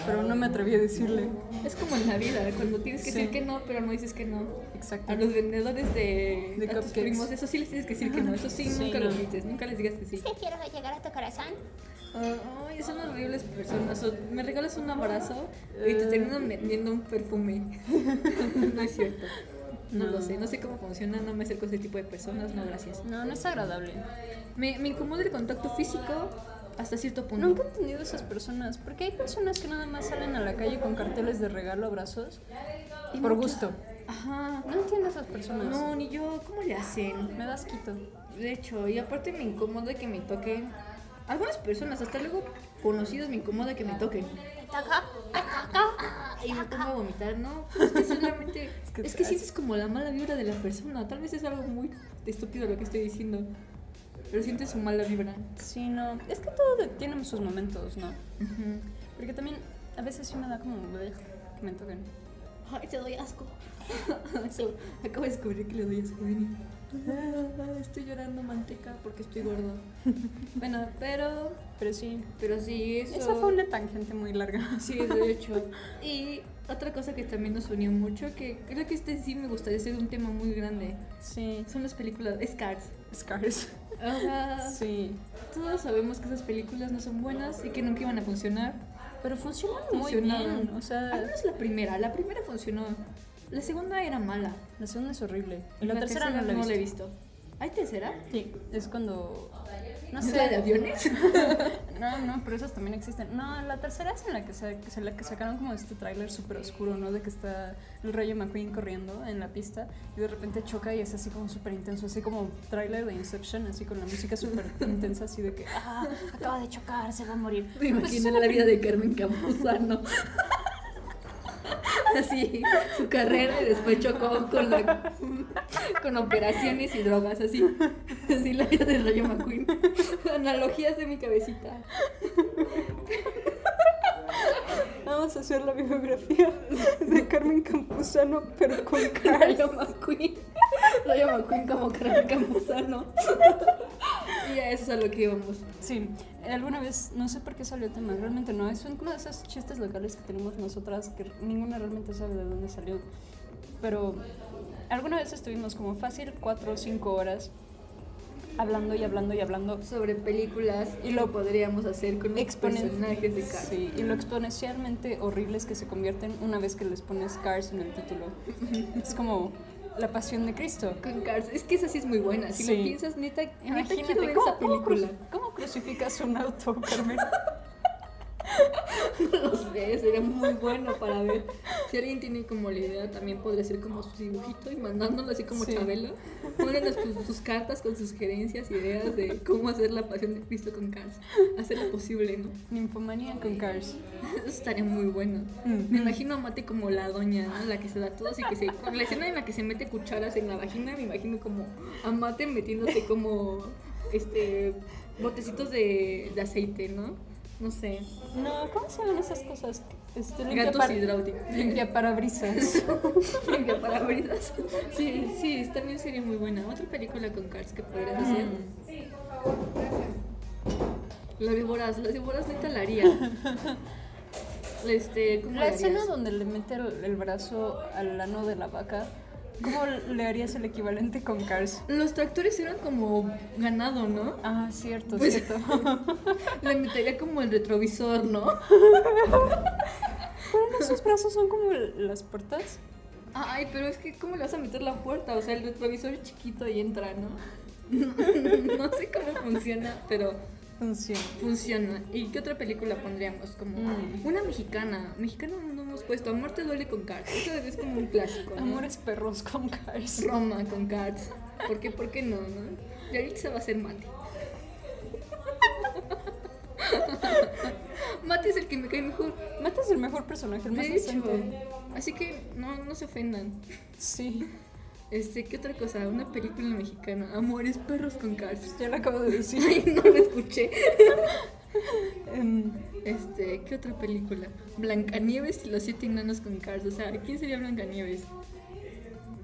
pero no me atreví a decirle.
Es como en la vida, cuando tienes que
Sí.
decir que no, pero no dices que no.
Exacto.
A los vendedores de,
De
a tus
cupcakes.
primos, eso sí les tienes que decir que no, eso sí,
Sí,
nunca
no.
lo dices, nunca les digas que sí.
Sí quiero llegar a tu corazón.
Ah, Ay, son horribles personas. o me regalas un abrazo y te terminan vendiendo un perfume. no es cierto. No, lo sé, no sé cómo funciona, no me acerco a ese tipo de personas, no gracias.
No, no es agradable.
Me, me incomoda el contacto físico hasta cierto punto.
Nunca he entendido esas personas, porque hay personas que nada más salen a la calle con carteles de regalo, abrazos,
Y
por
muchas-
gusto.
Ajá.
No entiendo a esas personas.
No, ni yo, ¿cómo le hacen?
Me das quito.
De hecho, y aparte me incomoda que me toquen. Algunas personas, hasta luego conocidos, me incomoda que me toquen. Y me pongo a vomitar, ¿no? pues Es que solamente.
Es
es
que
que,
te-
sientes como la mala vibra de la persona. Tal vez es algo muy estúpido lo que estoy diciendo. Pero sientes su mala vibra.
Sí, no. Es que todos tienen sus momentos, ¿no? Porque también a veces sí me da como "Bleh", que me toquen.
Ay, te doy asco. So, acabo de descubrir que le doy asco a Benny. Ah, Estoy llorando manteca porque estoy gordo. Bueno, pero.
Pero sí.
Pero sí, eso.
Esa fue una tangente muy larga.
Sí, de hecho. Y otra cosa que también nos unió mucho, que creo que este sí me gustaría ser un tema muy grande,
Sí,
son las películas Scars.
Scars.
Ajá.
Sí.
Todos sabemos que esas películas no son buenas y que nunca iban a funcionar.
Pero funcionan muy
Funcionaron.
bien. O
Al
sea,
menos la primera. La primera funcionó. La segunda era mala.
la segunda es horrible. Y la, tercera, no la he visto.
¿Hay tercera?
Sí, es cuando. No
¿Es la de
sé.
aviones?
No, no, pero esas también existen. No, la tercera es en la que, sa- que se- la que sacaron como este tráiler súper oscuro, ¿no? De que está el Rayo McQueen corriendo en la pista y de repente choca y es así como súper intenso, así como tráiler de Inception, así con la música súper intensa, así de que, ah, acaba de chocar, se va a morir.
Me imagino la vida de Carmen Campuzano. Así, su carrera y después chocó con, la- con operaciones y drogas, así. Así la vida de Rayo McQueen. Analogías de mi cabecita.
Vamos a hacer la biografía de Carmen Campuzano, pero con
Rayo McQueen. Rayo McQueen como Carmen Campuzano. Y a eso es a lo que íbamos.
Sí, alguna vez, no sé por qué salió el tema, realmente no, es uno de esos chistes locales que tenemos nosotras que ninguna realmente sabe de dónde salió. Pero alguna vez estuvimos como fácil cuatro o cinco horas hablando y hablando y hablando.
Sobre películas y lo podríamos hacer con los
Exponen-
personajes de Carmen.
Sí, y lo exponencialmente horribles que se convierten una vez que les pones Cars en el título. es como la pasión de Cristo.
Con Cars. Es que esa sí es muy buena. Si
Sí.
lo piensas, neta, neta quiero
Imagínate,
ver
¿cómo,
esa
cómo
película.
cru- cómo crucificas un auto, Carmen?
no los ve, sería muy bueno para ver. Si alguien tiene como la idea, también podría ser como su dibujito y mandándolo así como
Sí.
Chabelo. Mándanos sus, sus cartas con sus sugerencias, ideas de cómo hacer la pasión de Cristo con Cars. Hacerlo posible, ¿no?
Ninfomanía con Cars.
Eso estaría muy bueno.
Mm.
Me imagino a Mate como la doña, ¿no? La que se da todo y que se... Con la escena en la que se mete cucharas en la vagina, me imagino como a Mate metiéndose como, este, botecitos de, de aceite, ¿no? No sé.
No, ¿cómo se llaman esas cosas? Este, limpia
Gatos
par-
hidráulicos.
limpia parabrisas.
Limpia parabrisas. Sí, sí, también sería muy buena. Otra película con Cars que podrías hacer. La víboras, la víboras neta la haría. Este, ¿cómo
La
la
escena
harías?
donde le mete el, el brazo al ano de la vaca, ¿cómo le harías el equivalente con Cars?
Los tractores eran como ganado, ¿no?
Ah, cierto,
Pues-
cierto.
Le metería como el retrovisor, ¿no?
Pero no, sus brazos son como el- las puertas.
Ay, pero es que ¿cómo le vas a meter la puerta? O sea, el retrovisor es chiquito y entra, ¿no? no sé cómo funciona, pero
Funciona.
funciona. ¿Y qué otra película pondríamos? Como
Mm.
una mexicana. Mexicana no hemos puesto. Amor te duele con Cars. Eso es como un clásico. ¿no?
Amores perros con Cars.
Roma con Cats. ¿Por qué? ¿Por qué no? no? Y ahorita se va a hacer mate. mate es el que me cae mejor.
Mate es el mejor personaje, el más
De hecho.
decente.
Así que no, no se ofendan.
Sí,
Este, ¿qué otra cosa? Una película mexicana. Amores, perros con Cats.
ya lo acabo de decir.
Ay, no lo escuché.
Em,
Este, ¿qué otra película? Blancanieves y los siete enanos con Cars. O sea, ¿quién sería Blancanieves?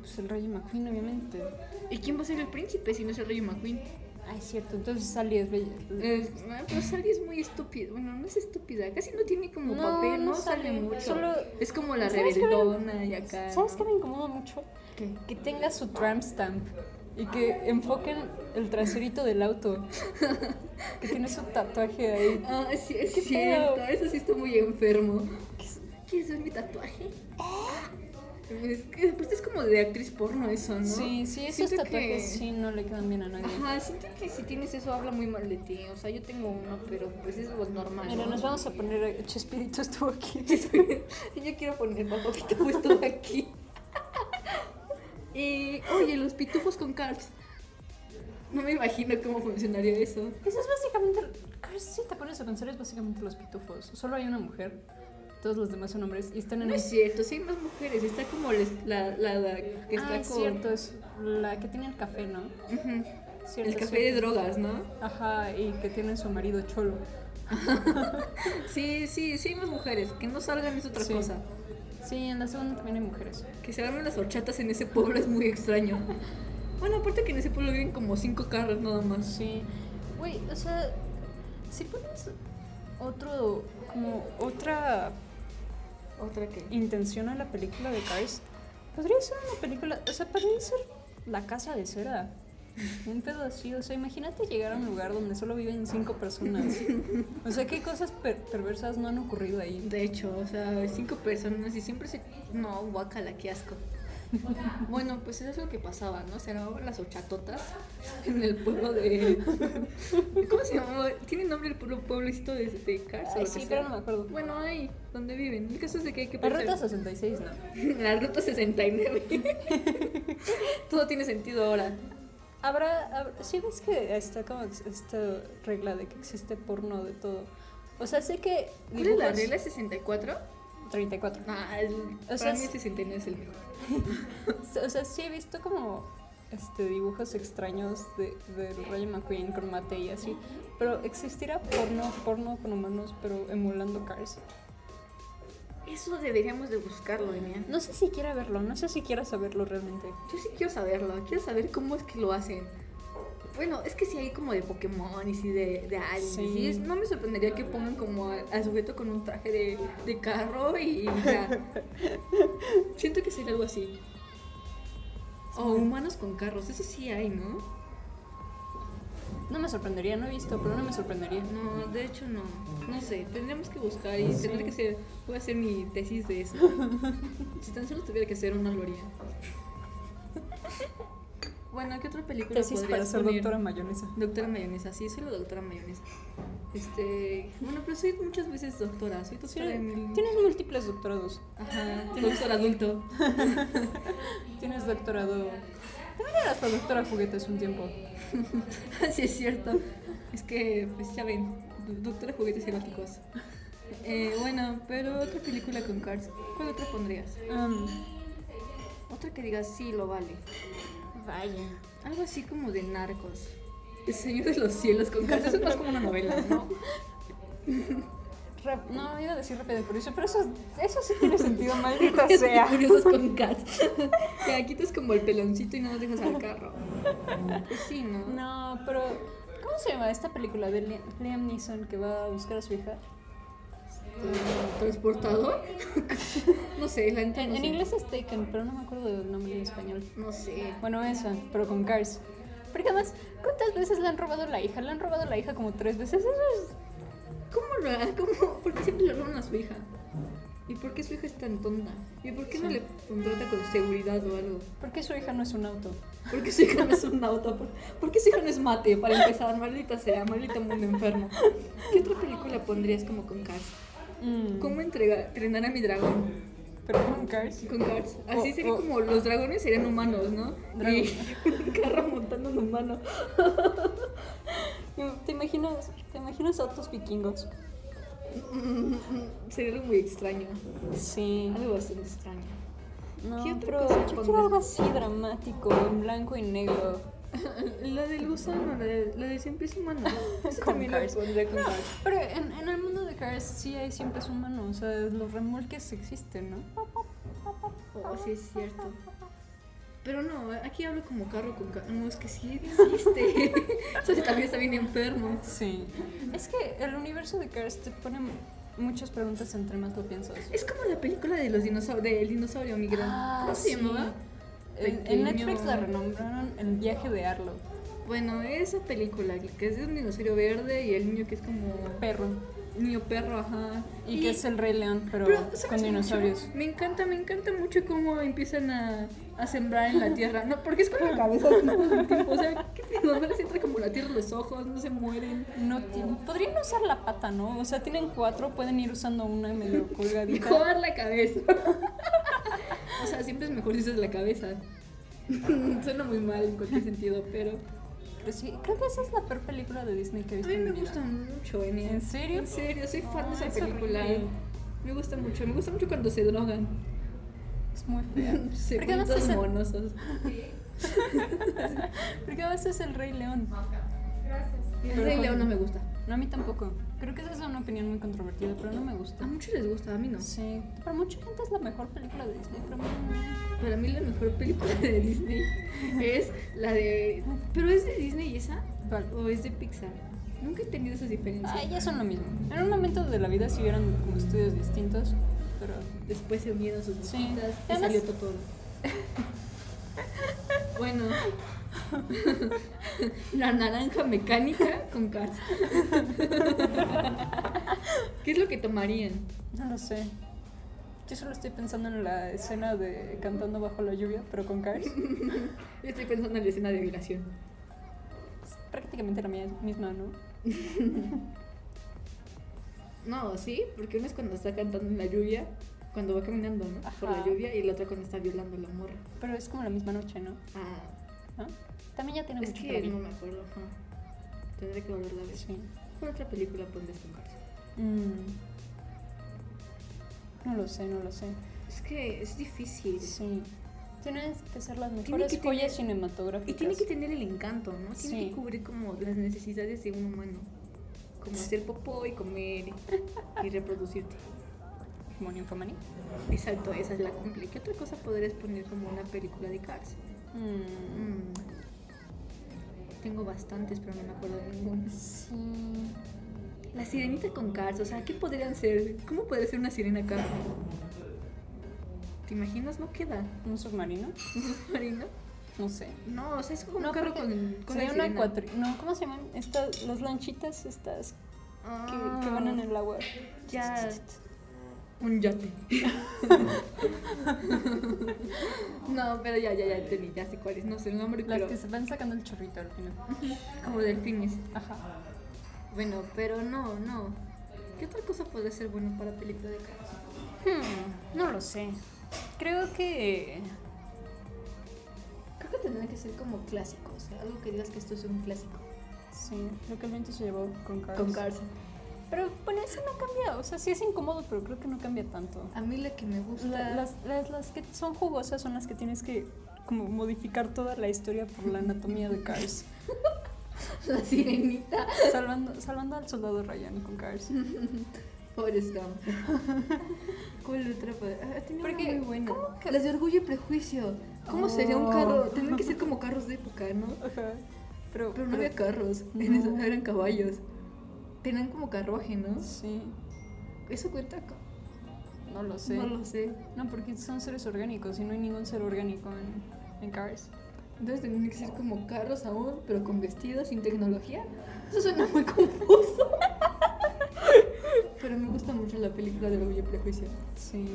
pues el Rey McQueen, obviamente.
¿Y quién va a ser el príncipe si no es el Rey McQueen?
Ah, es cierto, entonces Sally es bella.
Eh, ah, pero Sally es muy estúpida. Bueno, no es estúpida, casi no tiene como
No,
papel, no,
no
sale,
sale,
mucho.
solo-
Es como la
¿Sabes qué me-
rebeldona y acá.
¿Sabes qué
¿no?
me incomoda mucho?
¿Qué?
Que tenga su tramp stamp y que enfoquen el traserito del auto. Que tiene su tatuaje ahí.
Ah, sí, es
Qué
cierto,
feo.
eso sí está muy enfermo. ¿Quieres ver mi tatuaje?
Ah.
Es que aparte es como de actriz porno eso, ¿no?
Sí, sí, esos
Siento
tatuajes
que-
sí no le quedan bien a nadie.
Ajá, siento que si tienes eso habla muy mal de ti. O sea, yo tengo uno, pero pues eso es normal.
Mira,
¿no?
nos vamos a poner. eh, Chespirito estuvo aquí.
Yo quiero poner bajo que te he puesto aquí. Y, oye, los pitufos con cards. No me imagino cómo funcionaría eso.
Eso es básicamente. Cars, Si te pones a pensar, es básicamente los pitufos. Solo hay una mujer. Todos los demás son hombres y están en
No
un-
es cierto, sí hay más mujeres. Está como les- la, la, la que está
Ah, es
con.
cierto, es la que tiene el café, ¿no?
Ujú.
Cierto,
El café
cierto.
de drogas, ¿no?
Ajá, y que tiene su marido cholo.
Sí, sí, sí hay más mujeres. Que no salgan es otra
Sí.
cosa.
Sí, en la segunda también hay mujeres.
Que se armen las horchatas en ese pueblo es muy extraño. Bueno, aparte que en ese pueblo viven como cinco carros nada más.
Sí. Güey, o sea, si pones otro, como otra
¿Otra que
intención a la película de Cars, podría ser una película, o sea, podría ser la casa de cera. Un pedo así, o sea, imagínate llegar a un lugar donde solo viven cinco personas. O sea, qué cosas per- perversas no han ocurrido ahí.
De hecho, o sea, cinco personas y siempre se... No, guacala, qué asco. Bueno, pues eso es lo que pasaba, ¿no? Se armaban las ochatotas en el pueblo de... ¿Cómo se llamaba? ¿Tiene nombre el pueblo, pueblecito de, de Cars? o
Ay,
lo que
sí,
sea?
pero no me acuerdo.
Bueno, ahí, donde viven. El caso es de que hay que
La ruta
pensar-
66, ¿no?
La ruta 69. Todo tiene sentido ahora.
Habrá, hab- sí ves que está como ex- esta regla de que existe porno de todo. O sea, sé que
¿Cuál es la
dibujos-
regla 64?
34.
Ah, el,
O sea,
para mí
es-
el 69 es el mejor.
O sea, sí he visto como este dibujos extraños de, del Rayo McQueen con mate y así, pero existirá porno, porno con humanos, pero emulando Cars.
Eso deberíamos de buscarlo, Emilia.
No sé si quiera verlo, no sé si quiera saberlo realmente.
Yo sí quiero saberlo, quiero saber cómo es que lo hacen. Bueno, es que si hay como de Pokémon y si de, de aliens.
Sí.
y es- no me sorprendería que pongan como a- al sujeto con un traje de, de carro y ya. Siento que sería algo así. O humanos con carros, eso sí hay, ¿no?
No me sorprendería, no he visto, pero no me sorprendería.
No, de hecho no. No sé, tendríamos que buscar y
Sí.
tendré que ser. Voy a hacer mi tesis de eso. si tan solo tuviera que hacer una gloria. Bueno, ¿qué otra película
Tesis para
podrías
ser
poner?
doctora mayonesa.
Doctora mayonesa, sí, soy la doctora mayonesa. Este, bueno, pero soy muchas veces doctora, soy doctora de mil...
Tienes múltiples doctorados.
Ajá, soy doctor adulto.
Tienes doctorado. También eras la doctora juguetes un tiempo.
Así es cierto. Es que, pues ya ven, do- doctora juguetes eróticos. Eh, bueno, pero otra película con Cars, ¿cuál otra pondrías?
Em,
Otra que digas, sí, lo vale.
vaya.
Algo así como de narcos. El Señor de los Cielos con Cars, eso es más como una novela, ¿no?
Rap- no, iba a decir rápido y furioso, pero eso, eso sí tiene sentido, maldita sea.
curiosos con Cars. Te quitas como el peloncito y no nos dejas al carro. Pues sí, ¿no?
No, pero. ¿Cómo se llama esta película de Li- Liam Neeson que va a buscar a su hija?
Eh, ¿Transportador? no sé, la neta
En,
no
en
sé.
inglés es Taken, pero no me acuerdo del nombre en español.
No sé.
Bueno, esa, pero con Cars. Porque además, ¿cuántas veces le han robado la hija? Le han robado la hija como tres veces. Eso es.
¿Cómo lo ha- cómo, ¿Por qué siempre le roban a su hija? ¿Y por qué su hija es tan tonta? ¿Y por qué no
Sí.
le contrata con seguridad o algo?
¿Por qué su hija no es un auto?
¿Por qué su hija no es un auto? ¿Por, por qué su hija no es mate? Para empezar, maldita sea, maldita mundo enfermo. ¿Qué otra película pondrías como con Cars?
Mm,
¿Cómo entregar, entrenar a mi dragón?
Pero con Cars.
Con Cars. Así
O-
sería
o-
como los dragones serían humanos, ¿no?
Oh, Dragón.
Y un carro montando un humano.
¿Te imaginas, ¿Te imaginas autos vikingos?
Mm, Sería algo muy extraño.
Sí.
Algo bastante extraño.
No,
¿Qué otra
pero
cosa
yo quiero
pondrías?
algo así dramático, en blanco y negro.
La del gusano, la de, la de siempre es humano. Eso
Con
también lo
Cars.
pondría con
No,
Cars.
pero en, en el mundo de Cars sí hay siempre es humano, o sea, los remolques existen, ¿no?
Oh, sí, es cierto. Pero no, aquí hablo como carro con carro. No, es que sí existe. Eso sí también está bien enfermo.
Sí. Es que el universo de Cars te pone m- muchas preguntas entre más lo piensas.
Es como la película de los dinosaurios, del dinosaurio migrante.
Ah,
¿Cómo se
sí.
llamaba?
En, en
Pequeño.
Netflix la renombraron El viaje de Arlo.
Bueno, esa película que es de un dinosaurio verde y el niño que es como
Perro.
niño perro, ajá.
Y, que es el Rey León, pero,
¿sabes
con
mucho?
dinosaurios.
Me encanta, me encanta mucho cómo empiezan a, a sembrar en la tierra. No, porque es con la cabeza todo el tiempo. O sea, que no les entra como la tierra en los ojos, no se mueren.
No tienen- podrían usar la pata, ¿no? O sea, tienen cuatro, pueden ir usando una medio colgadita.
Mejor la cabeza. o sea, siempre es mejor si usas la cabeza. Suena muy mal en cualquier sentido, pero.
Pero sí, creo que esa es la peor película de Disney que he
A
visto
mí
en
me
mi vida.
gusta mucho, Enya.
¿En serio?
En serio, soy fan de
Ah,
esa
es
película.
horrible.
Me gusta mucho, me gusta mucho cuando se drogan.
Es muy fea.
Se
Porque además
ponen todos
es, el,
monosos.
porque además es el Rey León.
El
Pero
Rey
con-
León no me gusta.
No, a mí tampoco. Creo que esa es una opinión muy controvertida, pero no me
A
gusta.
muchos les gusta, a mí no.
Sí, para mucha gente es la mejor película de Disney, pero a mí no.
Para mí la mejor película de Disney es la de... ¿Pero es de Disney esa?
¿Cuál?
¿O es de Pixar? Nunca he tenido esas diferencias.
Ay, ya son lo mismo. En un momento de la vida sí eran como estudios distintos, pero
Después se unieron sus
Sí.
distintas y
Además-
salió Totoro. bueno. la naranja mecánica con Cars. ¿Qué es lo que tomarían?
no lo sé. Yo solo estoy pensando en la escena de Cantando bajo la lluvia, pero con Cars.
Yo estoy pensando en la escena de violación.
Es prácticamente la mía- misma, ¿no?
No, sí, porque una es cuando está cantando en la lluvia, cuando va caminando, ¿no? Por la
Ajá.
lluvia, y la otra cuando está violando la morra.
Pero es como la misma noche, ¿no?
Ah,
¿No? También ya tiene
es
mucho que
que
la
no
vi.
me acuerdo, ajá. Tendré que volverla a ver.
Sí.
¿Cuál otra película pues, pondrías con Cars?
Mm. No lo sé, no lo sé.
Es que es difícil.
Sí. Tienes que ser las
que
mejores joyas
tener- Y
cinematográficas.
tiene que tener el encanto, ¿no? Tiene
Sí.
que cubrir como las necesidades de un humano. Como hacer popó y comer y reproducirte.
Como Nymphomania.
Exacto, esa es la cumple. ¿Qué otra cosa podrías poner como una película de Cars?
Mm.
Mm. Tengo bastantes, pero no me acuerdo de ninguna.
Sí.
La sirenita con Cars, o sea, ¿qué podrían ser? ¿Cómo podría ser una sirena Cars? ¿Te imaginas? No queda.
¿Un submarino?
¿Un submarino?
No sé.
No, o sea, es como
No,
un carro
porque
con, con
Sería
la
una
sirena.
cuatri- No, ¿cómo se llaman? Estas, las lanchitas estas que, que van en el agua.
Ah, Ya. Un yate. No, pero ya, ya, ya entendí, ya sé cuál es. No sé el nombre,
Las
pero
que se van sacando el chorrito al final.
como delfines.
Ajá.
Bueno, pero no, no. ¿Qué otra cosa podría ser bueno para película de carros?
Hmm, no lo sé. Creo que.
Creo que tendrían que ser como clásicos, algo que digas que esto es un clásico.
Sí, creo que el viento se llevó con Cars.
Con Cars.
Pero bueno, eso no cambia. O sea, sí es incómodo, pero creo que no cambia tanto.
A mí la que me gusta.
La- las, las, las que son jugosas son las que tienes que como modificar toda la historia por la anatomía de Cars.
la sirenita.
salvando, salvando al soldado Ryan con Cars.
Mm. Forrest Gump. ¿Cuál otra podría? Ah, tenía una
Porque,
muy buena.
¿cómo que-
Las de Orgullo y Prejuicio. ¿Cómo sería un
Oh.
carro? Tendrían que ser como carros de época, ¿no?
Ajá. Pero,
Pero no había carros, en
No.
eso eran caballos. Tenían como carruaje, ¿no?
Sí,
Eso cuenta. co-
no lo sé.
No lo sé.
No, porque son seres orgánicos y no hay ningún ser orgánico en, en Cars.
Entonces tendrían que ser como carros aún, pero con vestidos, sin tecnología. Eso suena muy confuso. pero me gusta mucho la película de Orgullo y Prejuicio.
Sí.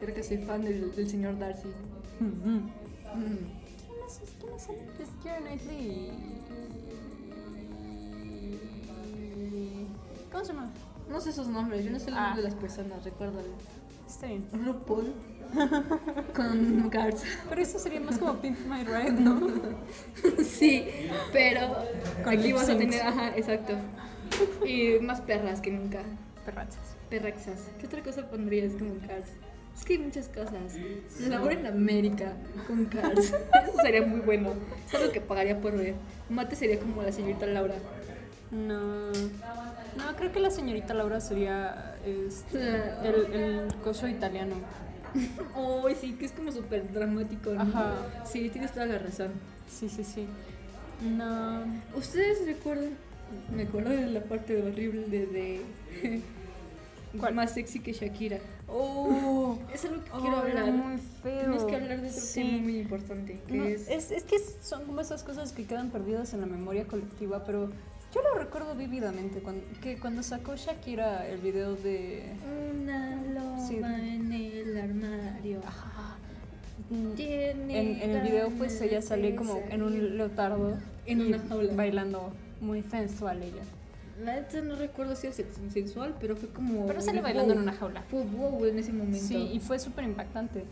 Creo que soy fan del, del señor Darcy.
Mm, mm.
Mm.
¿Quién es, quién es el- es Keira Knightley? ¿Cómo se llama?
No sé sus nombres, yo no sé el
Ah.
nombre de las personas, recuérdalo.
Está bien.
RuPaul con Cars.
Pero eso sería más como Pimp My Ride, ¿no?
Sí, pero
Con
aquí vas a
lip syncs.
tener, ajá, exacto. Y más perras que nunca.
Perrazas.
Perraxas. ¿Qué otra cosa pondrías como en Cars? Es que hay muchas cosas. Labor en América con Cars. Eso sería muy bueno. Es algo que pagaría por ver. Mate sería como la señorita Laura.
No. No, creo que la señorita Laura sería este,
La-
el, el coso italiano.
Oh, sí, que es como súper dramático. ¿no?
Ajá.
Sí, tienes toda la razón.
Sí, sí, sí. No.
¿Ustedes recuerdan? Me acuerdo de la parte horrible de. de-
¿Cuál?
Más sexy que Shakira.
Oh,
Es algo que
oh,
quiero
era
hablar.
muy feo.
Tenemos que hablar de otro
Sí.
tema muy importante, que
No,
es...
es, es que son como esas cosas que quedan perdidas en la memoria colectiva, pero yo lo recuerdo vívidamente, cuan- que cuando sacó Shakira el video de...
Una loba
Sí.
en el armario.
Ah,
Mm, En,
Tiene
en el video pues
ganas
ella
de
salió como en un
salir.
leotardo.
En
y
una jaula.
Bailando muy sensual ella.
La neta no recuerdo si era sex- sensual, pero fue como...
Pero salió
wow.
bailando en una jaula.
Fue wow en ese momento.
Sí, y fue súper impactante.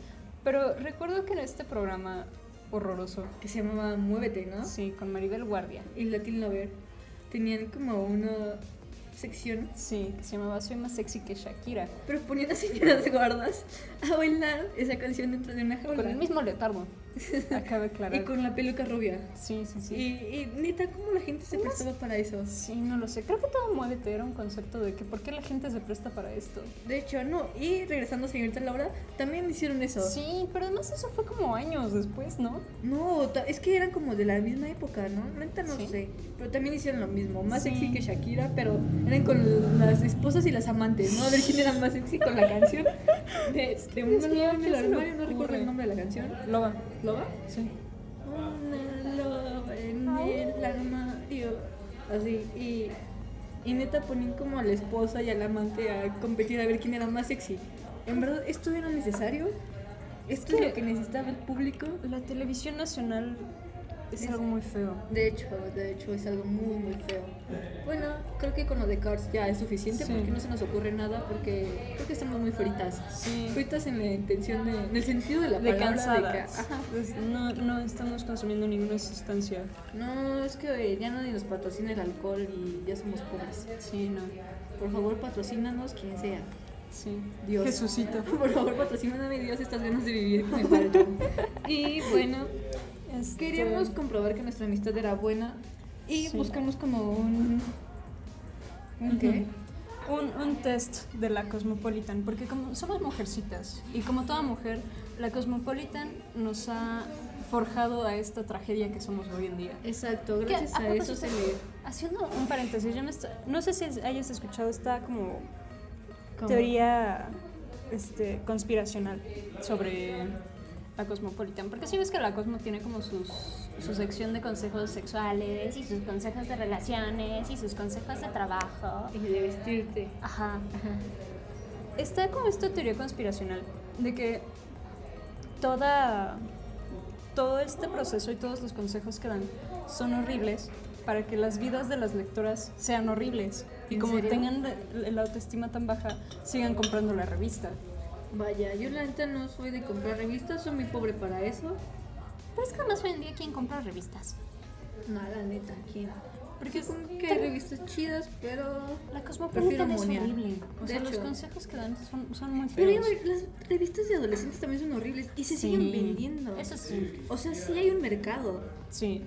Pero recuerdo que en este programa horroroso,
Que se llamaba Muévete, ¿no?
sí, con Maribel Guardia,
Y Latin Lover. Tenían como una sección
sí, que se llamaba Soy más sexy que Shakira,
Pero ponían a señoras gordas a bailar esa canción dentro de una jaula.
con el mismo leotardo. Acaba de
Y
aclarar.
con la peluca rubia.
Sí, sí, sí.
Y, y neta, ¿cómo la gente se prestaba para eso?
Sí, no lo sé. Creo que todo muévete era un concepto de que por qué la gente se presta para esto.
De hecho, no. Y regresando a señorita Laura, también hicieron eso.
Sí, pero además eso fue como años después, ¿no?
No, ta- es que eran como de la misma época, ¿no? Neta, no
Sí.
sé. Pero también hicieron lo mismo. Más
Sí.
sexy que Shakira, pero eran con las esposas y las amantes, ¿no? A ver quién era más sexy con la canción. De, de
Dios mío,
Loba en
¿qué
el
se le
armario, no recuerdo
ocurre?
el nombre de la canción.
Loba.
¿Loba?
Sí.
Una loba en el armario. Así, y, y neta ponían como a la esposa y al amante a competir a ver quién era más sexy. En verdad, ¿esto era necesario? ¿Esto es
que-
lo que necesitaba el público?
La televisión nacional es
Es-
algo muy feo.
De hecho, de hecho, es algo muy, muy feo. Bueno, creo que con lo de Cars ya es suficiente
Sí.
porque no se nos ocurre nada porque creo que estamos muy fritas.
Sí.
Fritas en la intención de... En el sentido de la
De
palabra
cansada. Pues,
De que, ajá.
No, no estamos consumiendo ninguna sustancia.
No, es que eh, ya nadie nos patrocina el alcohol y ya somos pobres.
Sí, no.
Por favor, patrocínanos quien sea.
Sí.
Dios.
Jesucito.
Por favor, patrocíname Dios estas ganas de vivir que me faltan. y bueno,
Este-
queríamos comprobar que nuestra amistad era buena y
Sí.
buscamos como un... ¿Un qué?
un, un test de la Cosmopolitan, porque como somos mujercitas y como toda mujer, la Cosmopolitan nos ha forjado a esta tragedia que somos hoy en día.
Exacto,
Que,
gracias a eso
propósito,
se le...
Haciendo un paréntesis, yo no, est- no sé si hayas escuchado esta como teoría este, conspiracional sobre la Cosmopolitan, porque si ves que la Cosmo tiene como sus, su sección de consejos sexuales y sus consejos de relaciones y sus consejos de trabajo.
Y de vestirte.
Ajá. Está como esta teoría conspiracional de que toda todo este proceso y todos los consejos que dan son horribles para que las vidas de las lectoras sean horribles y
¿En
como
serio?
tengan la- la autoestima tan baja sigan comprando la revista.
Vaya, yo la neta no soy de comprar revistas, soy muy pobre para eso.
Pero es que jamás hoy en día quien compra revistas.
No, la neta, ¿quién?
Porque es-
Supongo que hay revistas chidas, pero...
la
Prefiero
cosmopolitan es
monear.
horrible. O
De
sea, los
hecho.
consejos que dan son, son muy
Pero
feos.
igual, las revistas de adolescentes también son horribles y se siguen
Sí.
vendiendo.
Eso sí.
O sea, sí hay un mercado.
Sí,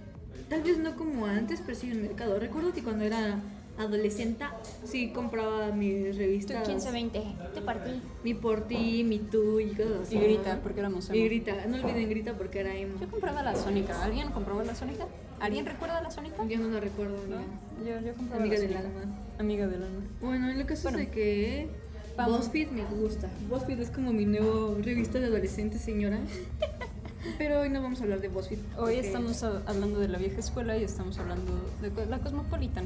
Tal vez no como antes, pero sí hay un mercado. Recuerdo que cuando era adolescente, sí compraba mis
Tú
revistas.
15, 20. Te partí.
Mi por ti, mi tú y cosas así.
y grita
¿no?
porque éramos
Y
emo.
grita. No olviden grita porque era emo.
Yo compraba la Sónica. ¿Alguien compraba la Sónica? ¿Alguien recuerda la Sónica?
Yo no lo recuerdo.
No,
amiga.
yo, yo compraba
Amiga
la
del
Sónica.
alma.
Amiga del alma.
Bueno, lo caso
Bueno,
es de que
vamos.
BuzzFeed me gusta. BuzzFeed es como mi nuevo revista de adolescente, señora. Pero hoy no vamos a hablar de BuzzFeed.
Hoy
porque-
estamos a- hablando de la vieja escuela y estamos hablando de co- la Cosmopolitan.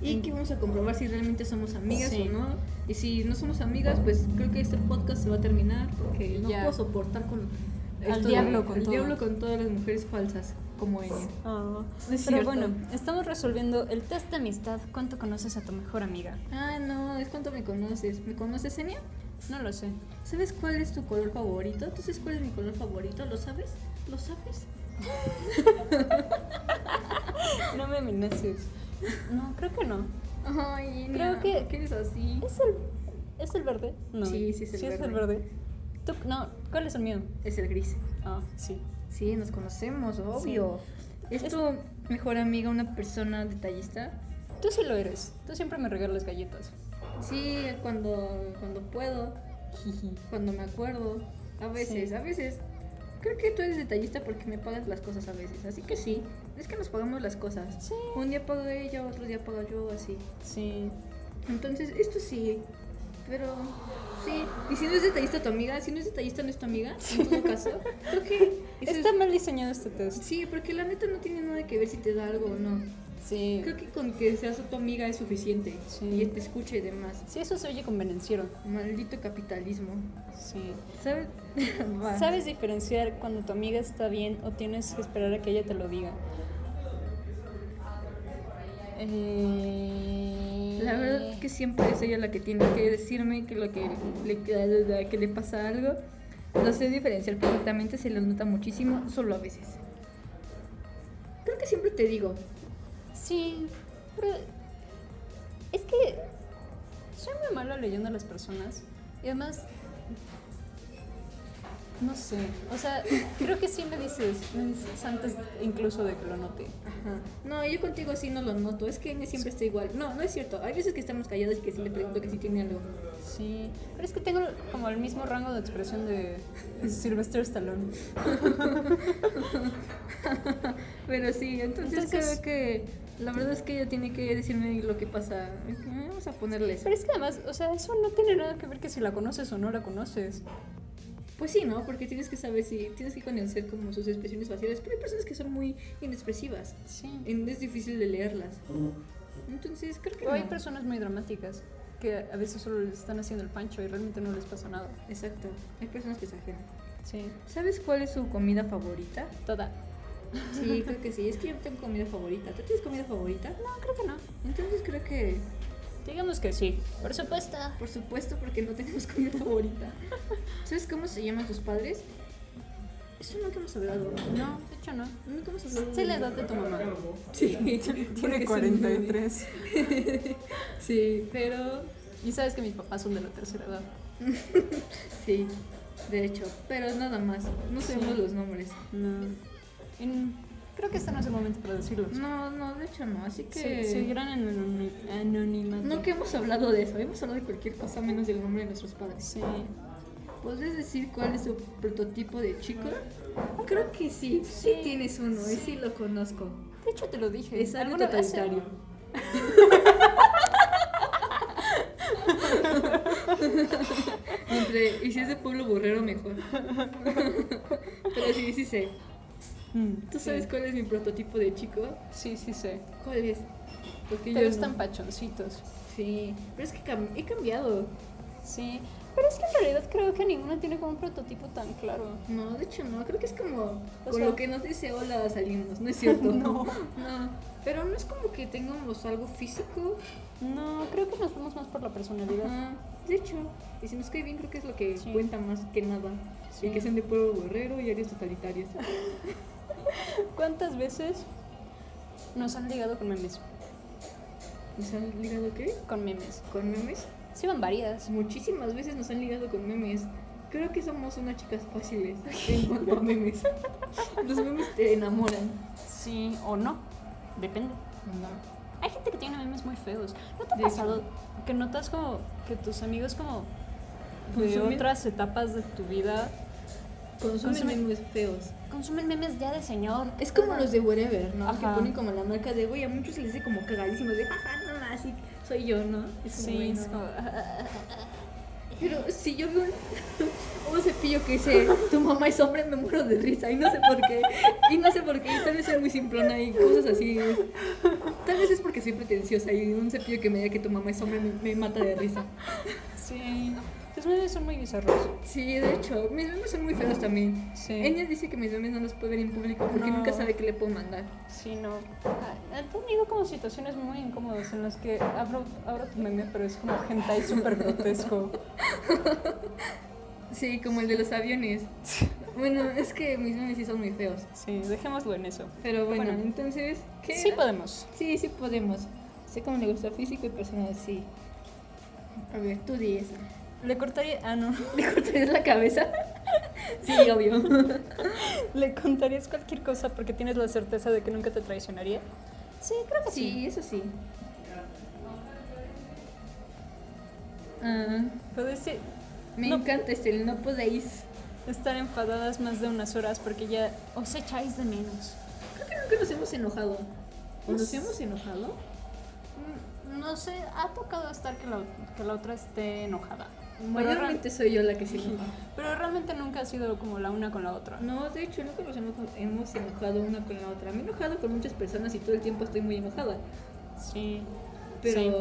Y que vamos a comprobar si realmente somos amigas
Sí.
o no. Y si no somos amigas, pues creo que este podcast se va a terminar porque no
Ya.
puedo soportar con...
Al
esto
diablo con
al
todo.
diablo con todas las mujeres falsas como ella.
Ah,
No es
pero
cierto.
bueno, estamos resolviendo el test de amistad. ¿Cuánto conoces a tu mejor amiga?
Ah, no, es cuánto me conoces. ¿Me conoces, Enya?
No lo sé.
¿Sabes cuál es tu color favorito? Entonces, ¿cuál es mi color favorito? ¿Lo sabes? ¿Lo sabes?
No me amenaces. No, creo que no.
Ay,
Creo
Enya,
que-
¿por qué eres así?
¿Es el, ¿es el verde? No.
Sí, sí es el
el
verde.
verde. Tú- no, ¿cuál es el mío?
Es el gris.
Ah, sí.
Sí, nos conocemos, obvio. ¿Es tu mejor amiga una persona detallista?
Tú sí lo eres. Tú siempre me regalas galletas.
Sí, cuando, cuando puedo, cuando me acuerdo. A veces,
Sí.
a veces. Creo que tú eres detallista porque me pagas las cosas a veces. Así que sí, es que nos pagamos las cosas.
Sí.
Un día pago ella, otro día pago yo, así.
Sí.
Entonces, esto sí. Pero, sí. Y si no es detallista tu amiga, si no es detallista no es tu amiga, en todo caso. Creo que. eso
Está
es-
mal diseñado este test.
Sí, porque la neta no tiene nada que ver si te da algo o no.
Sí.
Creo que con que seas tu amiga es suficiente.
Sí.
Y te escuche y demás.
Sí, eso se oye convenenciero.
Maldito capitalismo.
Sí.
¿Sabes? Va.
¿Sabes diferenciar cuando tu amiga está bien o tienes que esperar a que ella te lo diga? Eh,
La verdad que siempre es ella la que tiene que decirme que lo que le, que- que le pasa algo. No sé diferenciar perfectamente, se lo nota muchísimo, solo a veces. Creo que siempre te digo.
Sí. Pero es que
Soy muy mala leyendo a las personas y además... No sé, o sea, creo que sí me dices, me dices antes incluso de que lo note.
No, yo contigo sí no lo noto, es que Enya siempre está igual. No, no es cierto. Hay veces que estamos calladas y que sí le pregunto que si tiene algo.
Sí, pero es que tengo como el mismo rango de expresión de Sylvester Stallone.
Pero sí, entonces,
Entonces-
creo que la verdad es que ella tiene que decirme lo que pasa. Vamos a ponerle eso.
Pero es que además, o sea, eso no tiene nada que ver que si la conoces o no la conoces.
Pues sí, ¿no? Porque tienes que saber si tienes que conocer como sus expresiones faciales, pero hay personas que son muy inexpresivas.
Sí.
en- Es difícil de leerlas. Entonces, creo que
O hay
no.
personas muy dramáticas que a veces solo les están haciendo el pancho y realmente no les pasa nada.
Exacto, hay personas que exageran.
Sí,
¿Sabes cuál es su comida favorita?
toda.
Sí, creo que sí. Es que yo tengo comida favorita. ¿Tú tienes comida favorita?
No, creo que no.
Entonces creo que,
Digamos que sí.
Por supuesto.
por supuesto, porque no tenemos comida favorita. ¿Sabes cómo se llaman sus padres? Eso nunca hemos hablado.
No, de hecho no.
Nunca hemos hablado.
Se la edad de tu mamá.
Sí, tiene
43.
Sí, pero
Y sabes que mis papás son de la tercera edad.
Sí, de hecho, pero nada más, no sabemos
Sí.
los nombres.
No. creo que este no es el momento para decirlo.
No, no, de hecho no, así que...
Se seguirán en anoni- anonimato.
No que hemos hablado de eso, hemos hablado de cualquier cosa menos del nombre de nuestros padres.
Sí.
¿Podrías decir cuál es tu prototipo de chico? Creo que sí, sí, tienes uno, y sí lo conozco.
De hecho te lo dije.
Es algo
Alguna vez-
totalitario. Entre, y si es de pueblo burrero, mejor. pero sí, sí sé.
Mm,
¿Tú sabes cuál es mi prototipo de chico?
Sí, sí sé.
¿Cuál es? Porque
Pero
yo
están
no.
pachoncitos.
Sí, pero es que cam- he cambiado.
Sí,
Pero es que en realidad creo que ninguno tiene como un prototipo tan claro.
No, de hecho no, creo que es como
O
con
sea-
lo que nos dice hola salimos, ¿no es cierto?
No.
No, pero no es como que tengamos algo físico.
No, creo que nos fuimos más por la personalidad.
Ajá, de hecho, y si nos cae bien creo que es lo que
Sí.
cuenta más que nada.
Sí.
Y que sean de pueblo guerrero y áreas totalitarias.
¿Cuántas veces?
Nos han ligado con memes.
¿Nos han ligado qué?
Con memes.
¿Con memes?
Sí, van varias.
Muchísimas veces nos han ligado con memes. Creo que somos unas chicas fáciles en cuanto a memes. Los memes te enamoran.
Sí o no. Depende.
No.
Hay gente que tiene memes muy feos. ¿No te ha
De
pasado que notas como que tus amigos como de
Consumen-
otras etapas de tu vida
Consumen
Consumen-
memes feos.
Consumen memes ya de señor.
Es como los de Wherever, ¿no?
Ajá.
Que ponen como la marca de, güey, a muchos se les dice como cagadísimos de, jaja, no, así soy yo, ¿no? Es como,
Sí,
güey,
es
no.
como,
Pero si yo veo un, un cepillo que dice, tu mamá es hombre, me muero de risa y no sé por qué. Y no sé por qué, y tal vez soy muy simplona y cosas así. Tal vez es porque soy pretenciosa y un cepillo que me diga que tu mamá es hombre me, me mata de risa.
sí. Tus memes son muy bizarros.
Sí, de hecho, mis memes son muy feos también.
Sí.
Enya dice que mis memes no los puede ver en público porque
No.
nunca sabe qué le puedo mandar.
Sí, no. Ah, He tenido como situaciones muy incómodas en las que abro, abro tu meme, pero es como hentai súper grotesco.
Sí, como el de los aviones. Bueno, es que mis memes sí son muy feos.
Sí, dejémoslo en eso.
Pero bueno,
Bueno.
entonces, ¿qué?
Sí
era?
podemos.
sí, sí podemos. Sé como negocio físico y personal, sí. A ver, tú di eso.
Le cortaría... Ah, no.
¿Le cortarías la cabeza? sí, obvio.
¿Le contarías cualquier cosa porque tienes la certeza de que nunca te traicionaría?
Sí, creo que sí.
Sí, eso sí. Ah,
Puedes eh,
me
No.
encanta este, el no podéis.
estar enfadadas más de unas horas porque ya os echáis de menos.
Creo que nunca nos hemos enojado. ¿O nos
Pues-
hemos enojado?
Mm, No sé, ha tocado estar que la, que la otra esté enojada. Pero, real-
Mayormente soy yo la que se enoja.
pero realmente nunca ha sido como la una con la otra.
No, de hecho, nunca nos hemos, hemos enojado una con la otra. Me he enojado con muchas personas y todo el tiempo estoy muy enojada.
Sí.
Pero,
Sí,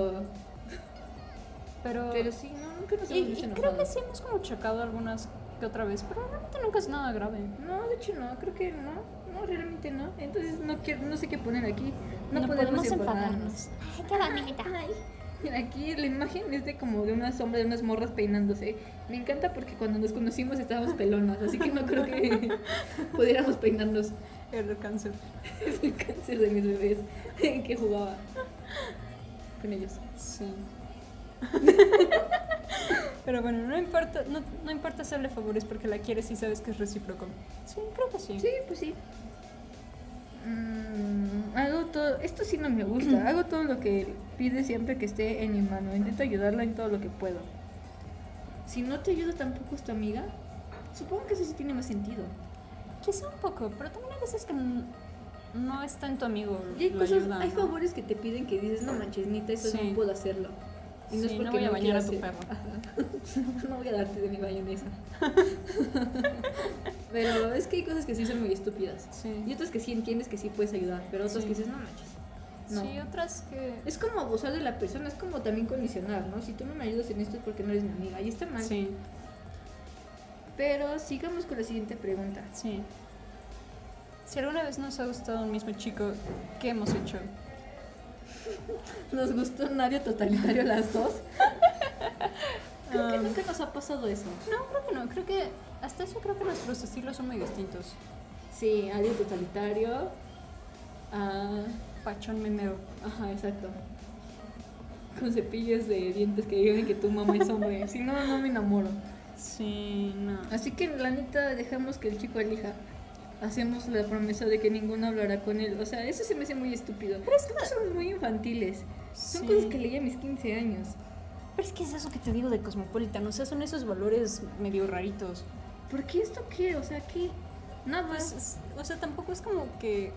pero,
pero sí, no, nunca nos
Y,
hemos
y
enojado.
creo que sí hemos como checado algunas que otra vez, pero realmente nunca es nada grave.
No, de hecho no, creo que no. No, realmente no. Entonces no, quiero, no sé qué poner aquí. No,
No
podemos,
podemos
enfadarnos.
Ay, qué bonita.
Mira, aquí la imagen es de como de una sombra de unas morras peinándose. Me encanta porque cuando nos conocimos estábamos pelonas, así que no creo que pudiéramos peinarnos.
El cáncer.
Es el cáncer de mis bebés que jugaba con ellos.
Sí. pero bueno, no importa, no, no importa hacerle favores porque la quieres y sabes que es recíproco. Sí, creo que sí.
Sí, pues sí. Mm, hago todo, esto sí no me gusta, hago todo lo que pide siempre que esté en mi mano, intento ayudarla en todo lo que puedo. Si no te ayuda tampoco es tu amiga, supongo que eso sí tiene más sentido.
Quizá un poco, pero también hay veces que n- no está en tu amigo.
Y hay
la
cosas,
ayuda,
hay
¿no?
favores que te piden que dices, no manches, neta, eso
Sí.
no puedo hacerlo. Y no Ah, es
Sí,
porque
no voy a bañar
quiera
a tu
hacer-
perro.
Ajá. no voy a darte de mi bayonesa. pero es que hay cosas que sí son muy estúpidas.
Sí.
Y otras que sí entiendes que sí puedes ayudar, pero otras
Sí.
que dices, no manches. No.
Sí, otras que.
Es como abusar de la persona, es como también condicionar, ¿no? Si tú no me ayudas en esto es porque no eres mi amiga, y está mal.
Sí,
Pero sigamos con la siguiente pregunta.
sí. Si alguna vez nos ha gustado un mismo chico, ¿qué hemos hecho?
¿Nos gustó un área totalitario las dos? Creo que
Um,
nunca nos ha pasado eso.
No, creo que no. Creo que hasta eso creo que nuestros estilos son muy distintos.
Sí, área totalitario. Ah,
Pachón memeo.
ajá, exacto. Con cepillos de dientes que digan que tu mamá es hombre. si no, no me enamoro.
Sí, no.
Así que la neta dejamos que el chico elija. Hacemos la promesa de que ninguno hablará con él. O sea, eso se me hace muy estúpido. Pero son muy infantiles. Son
Sí.
cosas que leí a mis 15 años.
Pero es que es eso que te digo de Cosmopolitan. O sea, son esos valores medio raritos.
¿Por qué esto qué? O sea, ¿qué? Nada
Pues, es- o sea, tampoco es como que.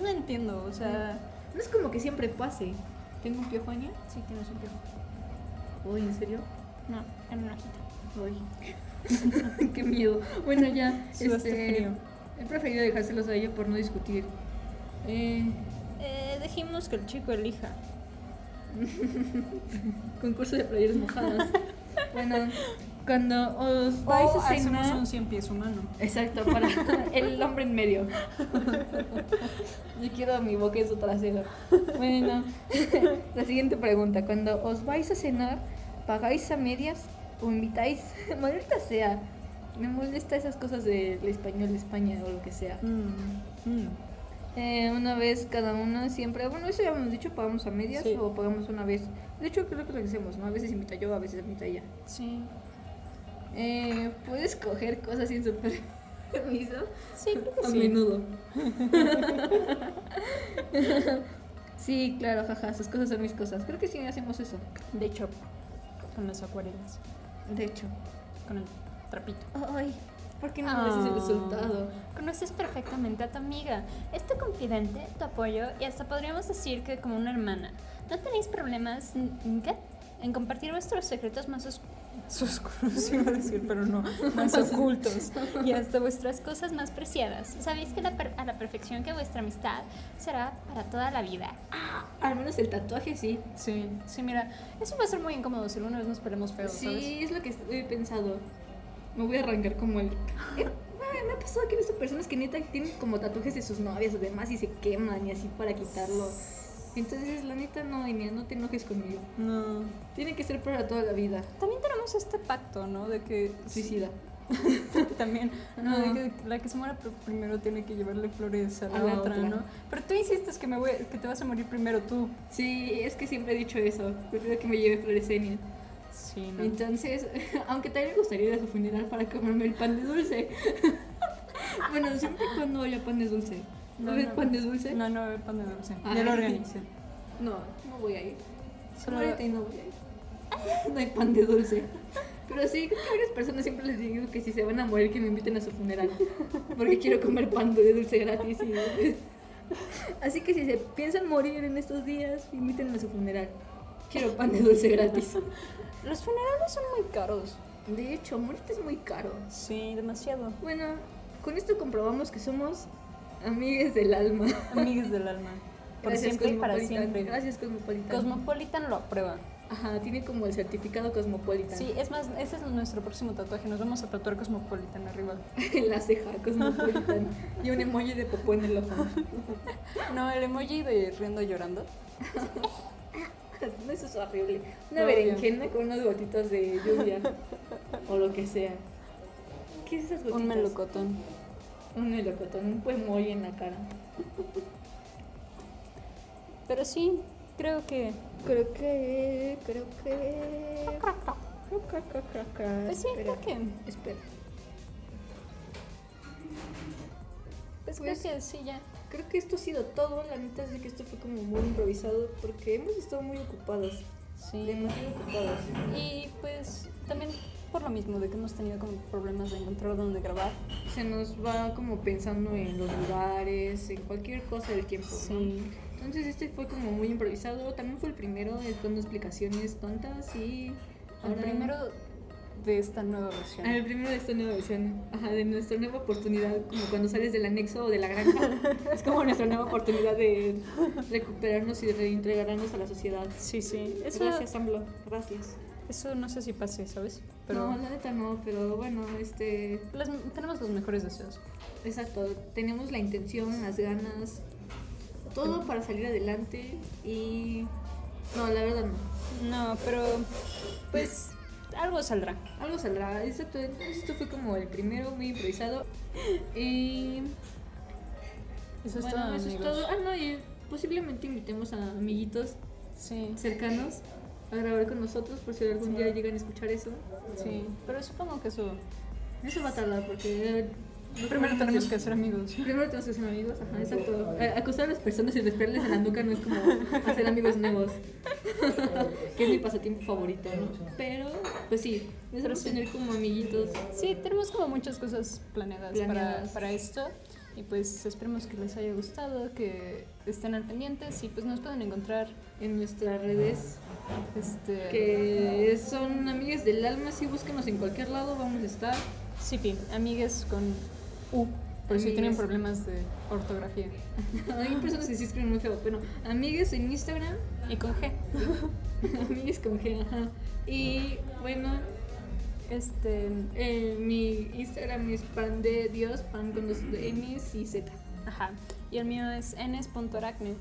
No entiendo, o sea.
No es como que siempre pase. ¿Tengo un piojo, Anya?
Sí, tienes un piojo.
Uy, ¿en serio?
No, en una hojita.
Uy. qué miedo. Bueno, ya. este,
Sudaste frío.
He preferido dejárselos a ella por no discutir. Eh,
Eh, dejemos que el chico elija.
concurso de playeras mojadas. Bueno, cuando os vais
O
a
hacemos
cenar...
un cien pies humano.
Exacto, para el hombre en medio. Yo quiero mi boca en su trasero. Bueno, la siguiente pregunta. Cuando os vais a cenar, ¿pagáis a medias o invitáis? Maldita sea. Me molesta esas cosas del español de España o lo que sea.
Mm, mm.
Eh, una vez cada uno siempre. Bueno, eso ya hemos dicho, pagamos a medias
Sí.
o pagamos una vez. De hecho, creo que lo que hacemos, ¿no? A veces invita yo, a veces invita ella.
Sí.
Eh, ¿Puedes coger cosas sin su permiso?
Sí, creo que
A
sí.
menudo. sí, claro, jaja, sus cosas son mis cosas. Creo que sí hacemos eso.
De hecho, con las acuarelas,
De hecho.
con el trapito.
Ay, ¿por qué no me dices el
Ah.
resultado?
Conoces perfectamente a tu amiga. Es tu confidente, tu apoyo y hasta podríamos decir que como una hermana. ¿No tenéis problemas en, qué? en compartir vuestros secretos más oscuros?
Más oscuros iba a decir, pero no, más ocultos.
y hasta vuestras cosas más preciadas. Sabéis que la per- a la perfección que vuestra amistad será para toda la vida.
Al menos el tatuaje sí.
Sí, sí, mira, eso va a ser muy incómodo si alguna vez nos peleamos feo, ¿sabes?
Sí, es lo que he pensado. Me voy a arrancar como el. Eh, ay, me ha pasado que he visto personas que neta tienen como tatuajes de sus novias o demás y se queman y así para quitarlo. Entonces, la neta, no, Inia, no te enojes conmigo.
No.
Tiene que ser para toda la vida.
También tenemos este pacto, ¿no? De que.
Suicida.
También.
No.
No, de que la que se muera pr- primero tiene que llevarle flores a la,
A la
otra,
otra.
¿no? Pero tú insistes que, me voy, que te vas a morir primero tú.
Sí, es que siempre he dicho eso. Prefiero que me lleve floresenia.
Sí,
Entonces, aunque también me gustaría ir a su funeral para comerme el pan de dulce. bueno, siempre y cuando haya pan de dulce. ¿No, ves pan de dulce?
No, no, el pan de dulce.
Ah.
Ya lo organicé.
No, no voy a ir.
Solo-
Ahorita y no voy a ir. No hay pan de dulce. Pero sí, creo que a varias personas siempre les digo que si se van a morir, que me inviten a su funeral. Porque quiero comer pan de dulce gratis. y- Así que si se piensan morir en estos días, invítenme a su funeral. Quiero pan de dulce gratis.
Los funerales son muy caros.
De hecho, morirte es muy caro.
Sí, demasiado.
Bueno, con esto comprobamos que somos amigas del alma.
Amigues del alma. Por siempre y para
Cosmopolitan.
siempre.
Gracias, Cosmopolitan.
Cosmopolitan lo aprueba.
Ajá, tiene como el certificado Cosmopolitan.
Sí, es más, ese es nuestro próximo tatuaje. Nos vamos a tatuar Cosmopolitan arriba.
La ceja Cosmopolitan. y un emoji de popó en el ojo.
No, el emoji de riendo y llorando.
No, eso es horrible. Una
No,
berenjena con unos gotitos de lluvia. o lo que sea. ¿Qué es esas gotitas?
Un melocotón.
Un melocotón, un emoji en la cara.
Pero sí, creo que.
Creo que. Creo que.
Pues sí, creo que.
Espera.
Pues creo
Pues-
que sí, ya.
Creo que esto ha sido todo. La neta es de que esto fue como muy improvisado porque hemos estado muy ocupados.
Sí.
Demasiado ocupados.
Y pues también por lo mismo de que hemos tenido como problemas de encontrar dónde grabar.
Se nos va como pensando en los lugares, en cualquier cosa del tiempo. ¿no?
Sí.
Entonces este fue como muy improvisado. También fue el primero eh, con explicaciones tontas y...
El
ahora-
primero de esta nueva versión.
Ah, el primero de esta nueva versión. Ajá, de nuestra nueva oportunidad, como cuando sales del anexo o de la granja. es como nuestra nueva oportunidad de recuperarnos y reintegrarnos a la sociedad.
Sí, sí. Eso,
Gracias, AMLO. Gracias.
Eso no sé si pase, ¿sabes? Pero
No, la neta no, pero bueno, este...
las- tenemos los mejores deseos.
Exacto, tenemos la intención, las ganas, todo para salir adelante y... No, la verdad no.
No, pero pues algo saldrá.
Algo saldrá, exacto. Entonces esto fue como el primero, muy improvisado. Y...
Eso es
bueno,
todo,
eso
amigos.
es todo. Ah, no, y posiblemente invitemos a amiguitos
Sí,
cercanos a grabar con nosotros por si algún día llegan a escuchar eso.
sí. Pero supongo que eso...
Eso va a tardar porque... eh,
Primero tenemos que ser amigos.
Primero tenemos que ser amigos, ajá, exacto. Eh, Acosar a las personas y respirarles en la nuca no es como hacer amigos nuevos, que es mi pasatiempo favorito, ¿no? Pero, pues sí, nosotros tener como amiguitos.
Sí, tenemos como muchas cosas planeadas, para-
Planeadas.
Para, esto. Y pues esperemos que les haya gustado, que estén al pendientes y pues nos pueden encontrar
En nuestras redes,
este
que son amigas del alma, sí, búsquenos en cualquier lado, vamos a estar.
Sipi, amigues con U. Por si tienen
Amigues.
problemas de ortografía.
Hay personas que sí escriben muy feo. Bueno, amigues en Instagram,
Y con G.
amigues con G, ajá. Y bueno,
Este.
eh, mi Instagram es pan de Dios, pan con dos M's y Z.
Ajá. Y el mío es ns.aracne.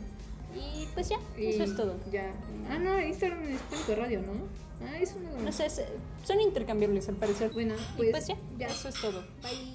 Y pues ya,
Y
eso es todo.
Ya. Ah, no, Instagram es Pánico Radio, ¿no? Ah, es una.
No sé, se- son intercambiables al parecer.
Bueno,
Y
pues,
pues ya,
ya.
eso es todo.
Bye.